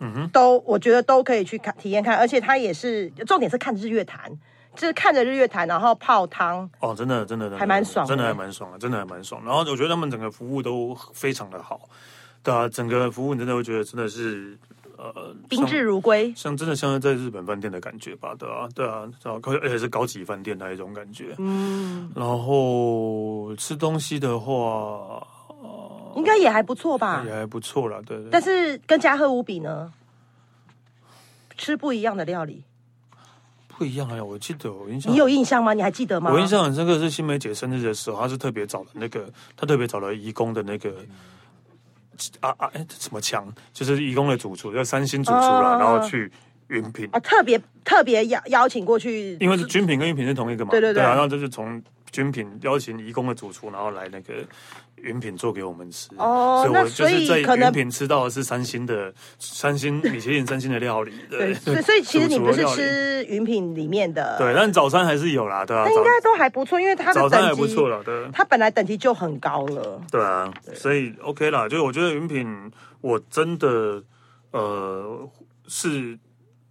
Speaker 2: 嗯哼，都我觉得都可以去看体验看，而且它也是重点是看日月潭，就是看着日月潭，然后泡汤。
Speaker 1: 哦，真的，真的，真的
Speaker 2: 还蛮爽的
Speaker 1: 真的还蛮爽的，真的还蛮爽。然后我觉得他们整个服务都非常的好，对啊，整个服务你真的会觉得真的是。呃，
Speaker 2: 宾至如归，
Speaker 1: 像真的像是在日本饭店的感觉吧，对啊，对啊，然后而且是高级饭店那一种感觉。嗯，然后吃东西的话
Speaker 2: 应该也还不错吧
Speaker 1: 也？还不错啦，对对
Speaker 2: 但是跟嘉禾无比呢，吃不一样的料理，
Speaker 1: 不一样哎，我记得我印象，
Speaker 2: 你有印象吗？你还记得吗？
Speaker 1: 我印象很深刻是新梅姐生日的时候，她是特别找了那个，她特别找了义工的那个。啊啊！哎，什么强？就是义工的主厨，叫三星主厨啦，
Speaker 2: 哦
Speaker 1: 然后去云品，
Speaker 2: 啊，特别特别邀邀请过去，
Speaker 1: 因为是军品跟云品是同一个嘛，
Speaker 2: 对对对
Speaker 1: 啊，然后就是从军品邀请义工的主厨，然后来那个云品做给我们吃。
Speaker 2: 哦
Speaker 1: 所以我
Speaker 2: 那
Speaker 1: 就
Speaker 2: 所以
Speaker 1: 是在
Speaker 2: 可能
Speaker 1: 云品吃到的是三星的三星米其林三星的料理，对
Speaker 2: 对，所以所以其实
Speaker 1: 主
Speaker 2: 你不是
Speaker 1: 主流料理
Speaker 2: 吃云品里面的，
Speaker 1: 对，，但早餐还是有啦，对啊，
Speaker 2: 那应该都还不错，因为它
Speaker 1: 早
Speaker 2: 的
Speaker 1: 早餐还
Speaker 2: 等
Speaker 1: 不
Speaker 2: 级，
Speaker 1: 错了，对。
Speaker 2: 它本来等级就很高了。
Speaker 1: 对啊，所以 OK 啦，就我觉得云品，我真的呃是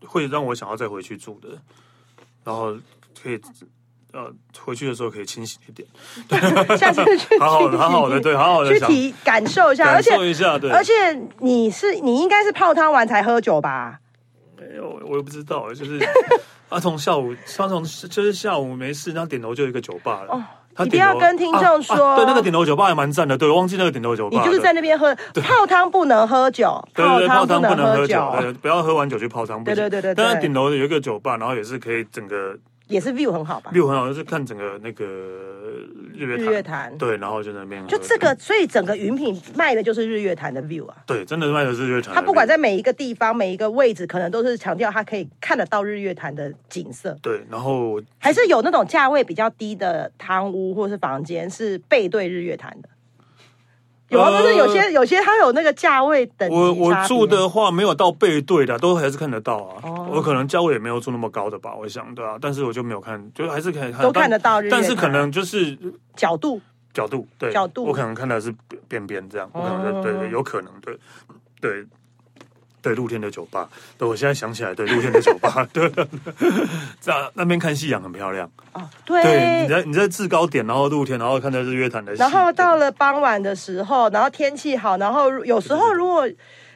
Speaker 1: 会让我想要再回去住的，然后可以呃回去的时候可以清醒一 点，
Speaker 2: 下次 去
Speaker 1: 好好的，好好的，对，好好的
Speaker 2: 去
Speaker 1: 想
Speaker 2: 体感受一下，而
Speaker 1: 感
Speaker 2: 且
Speaker 1: 受一下，对。
Speaker 2: 而且你是你应该是泡汤完才喝酒吧？
Speaker 1: 没有，哎我也不知道，就是 他从下午，他从就是下午没事，然后顶楼就有一个酒吧了。他
Speaker 2: 哦一定
Speaker 1: 顶楼
Speaker 2: 要跟听众
Speaker 1: 啊啊
Speaker 2: 说
Speaker 1: 对，那个顶楼酒吧还蛮赞的，对，我忘记那个顶楼酒吧
Speaker 2: 你
Speaker 1: 了。
Speaker 2: 就是在那边 喝泡汤不能喝酒，
Speaker 1: 对对对，泡汤
Speaker 2: 不
Speaker 1: 不能喝
Speaker 2: 喝
Speaker 1: 酒，对，不要喝完酒去泡汤不行。
Speaker 2: 对对对对对
Speaker 1: 但是顶楼有一个酒吧，然后也是可以整个
Speaker 2: 也是 view 很好吧？
Speaker 1: view 很好，就是看整个那个日月潭。
Speaker 2: 日月潭
Speaker 1: 对，然后就在那边喝
Speaker 2: 就这个，所以整个云品卖的就是日月潭的 view 啊。
Speaker 1: 对，真的卖的是日月潭那边。
Speaker 2: 它不管在每一个地方、每一个位置，可能都是强调它可以看得到日月潭的景色。
Speaker 1: 对，然后
Speaker 2: 还是有那种价位比较低的汤屋或是房间是背对日月潭的。有啊，
Speaker 1: 呃
Speaker 2: 就是有些有些它有那个价位等级
Speaker 1: 我我
Speaker 2: 差别
Speaker 1: 住的话没有到背对的，都还是看得到啊。
Speaker 2: 哦
Speaker 1: 我可能价位也没有住那么高的吧，我想对啊，但是我就没有看，就还是可以看
Speaker 2: 都看得到日
Speaker 1: 但但
Speaker 2: 月潭
Speaker 1: 是可能就是
Speaker 2: 角度，
Speaker 1: 角度，对
Speaker 2: 角度
Speaker 1: 我可能看的是边边这样，我可能
Speaker 2: 哦
Speaker 1: 对对，有可能对对对露天的酒吧，对我现在想起来，对露天的酒 吧，对， 这样那边看夕阳很漂亮，
Speaker 2: 哦，对。
Speaker 1: 对，你在你在制高点，然后露天，然后看到日月潭的夕，
Speaker 2: 然后到了傍晚的时候，然后天气好，然后如有时候如果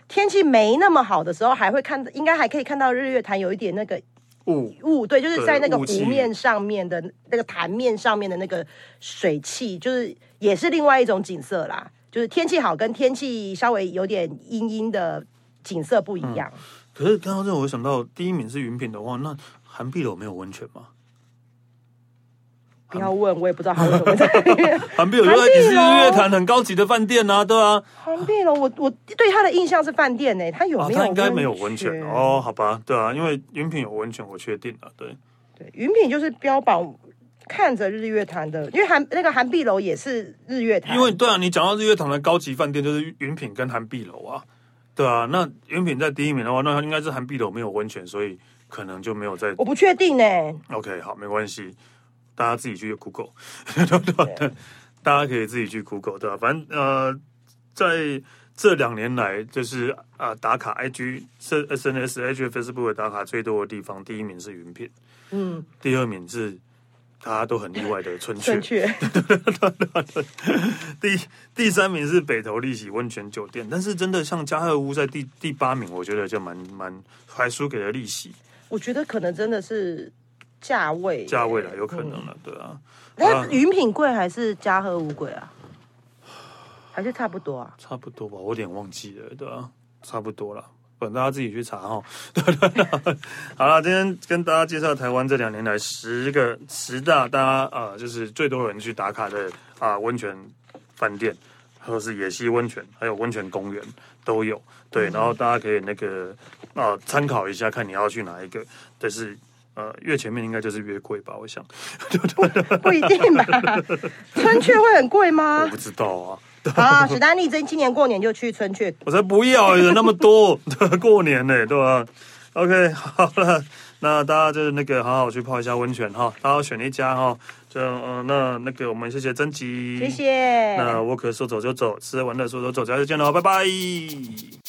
Speaker 2: 天气没那么好的时候，还会看，应该还可以看到日月潭有一点那个
Speaker 1: 雾
Speaker 2: 雾，对，就是
Speaker 1: 对哦
Speaker 2: 在那个
Speaker 1: 雾
Speaker 2: 湖
Speaker 1: 气
Speaker 2: 面上面的那个潭面上面的那个水汽，就是也是另外一种景色啦。就是天气好跟天气稍微有点阴阴的景色不
Speaker 1: 嗯
Speaker 2: 一样。
Speaker 1: 可是刚刚这个我想到第一名是云品的话，那韩碧楼没有温泉吗？
Speaker 2: 不要问，我也不知道他为什 么在
Speaker 1: 韩碧楼就在也是日月潭很高级的饭店啊，对啊，
Speaker 2: 旁边了。我我对他的印象是饭店呢、他有
Speaker 1: 啊，
Speaker 2: 没有、
Speaker 1: 它应该没有温泉。哦，好吧，对啊，因为云品有温泉，我确定了，对，
Speaker 2: 对，云品就是标榜看着日月潭的，因为韩那个韩碧楼也是日月潭，
Speaker 1: 因为对啊，你讲到日月潭的高级饭店就是云品跟韩碧楼啊，对啊，那云品在第一名的话，那它应该是韩碧楼没有温泉，所以可能就没有在
Speaker 2: 我不确定呢、
Speaker 1: OK，好，没关系，大家自己去 Google，对对对 大家可以自己去 Google，对吧、反正呃，在这两年来，就是啊、打卡 IG、S SNS、H Facebook 的打卡最多的地方，第一名是云品，
Speaker 2: 嗯，
Speaker 1: 第二名是大家都很意外的春
Speaker 2: 正
Speaker 1: 雀，
Speaker 2: 确。
Speaker 1: 第第三名是北投丽喜温泉酒店。但是真的像加贺屋在第第八名，我觉得就蛮蛮还输给了丽喜
Speaker 2: 我觉得可能真的是价位，
Speaker 1: 价位了，有可能了，对啊，
Speaker 2: 那云品贵还是嘉禾无贵啊？还是差不多啊？
Speaker 1: 差不多吧，我有点忘记了，对啊，差不多了。反正大家自己去查哈。 对对对，好了，今天跟大家介绍台湾这两年来十个十大大家呃，就是最多人去打卡的啊、温泉饭店，或是野溪温泉，还有温泉公园都有。对，然后大家可以那个啊参、考一下，看你要去哪一个。但是呃，越前面应该就是越贵吧，我想。
Speaker 2: 不一定吧？ 春雀会很贵
Speaker 1: 我
Speaker 2: 吗
Speaker 1: 不？知道啊，
Speaker 2: 好啊，史丹利真今年过年就去春雀。
Speaker 1: 我才不要人那么多，对，过年呢、对吧？OK，好 了，那大家就是那个好好去泡一下温泉哈，大家选一家哈，就呃那那个我们谢谢甄吉，
Speaker 2: 谢。谢。
Speaker 1: 那我可说走就走，吃完了说走走，下次见喽，拜拜。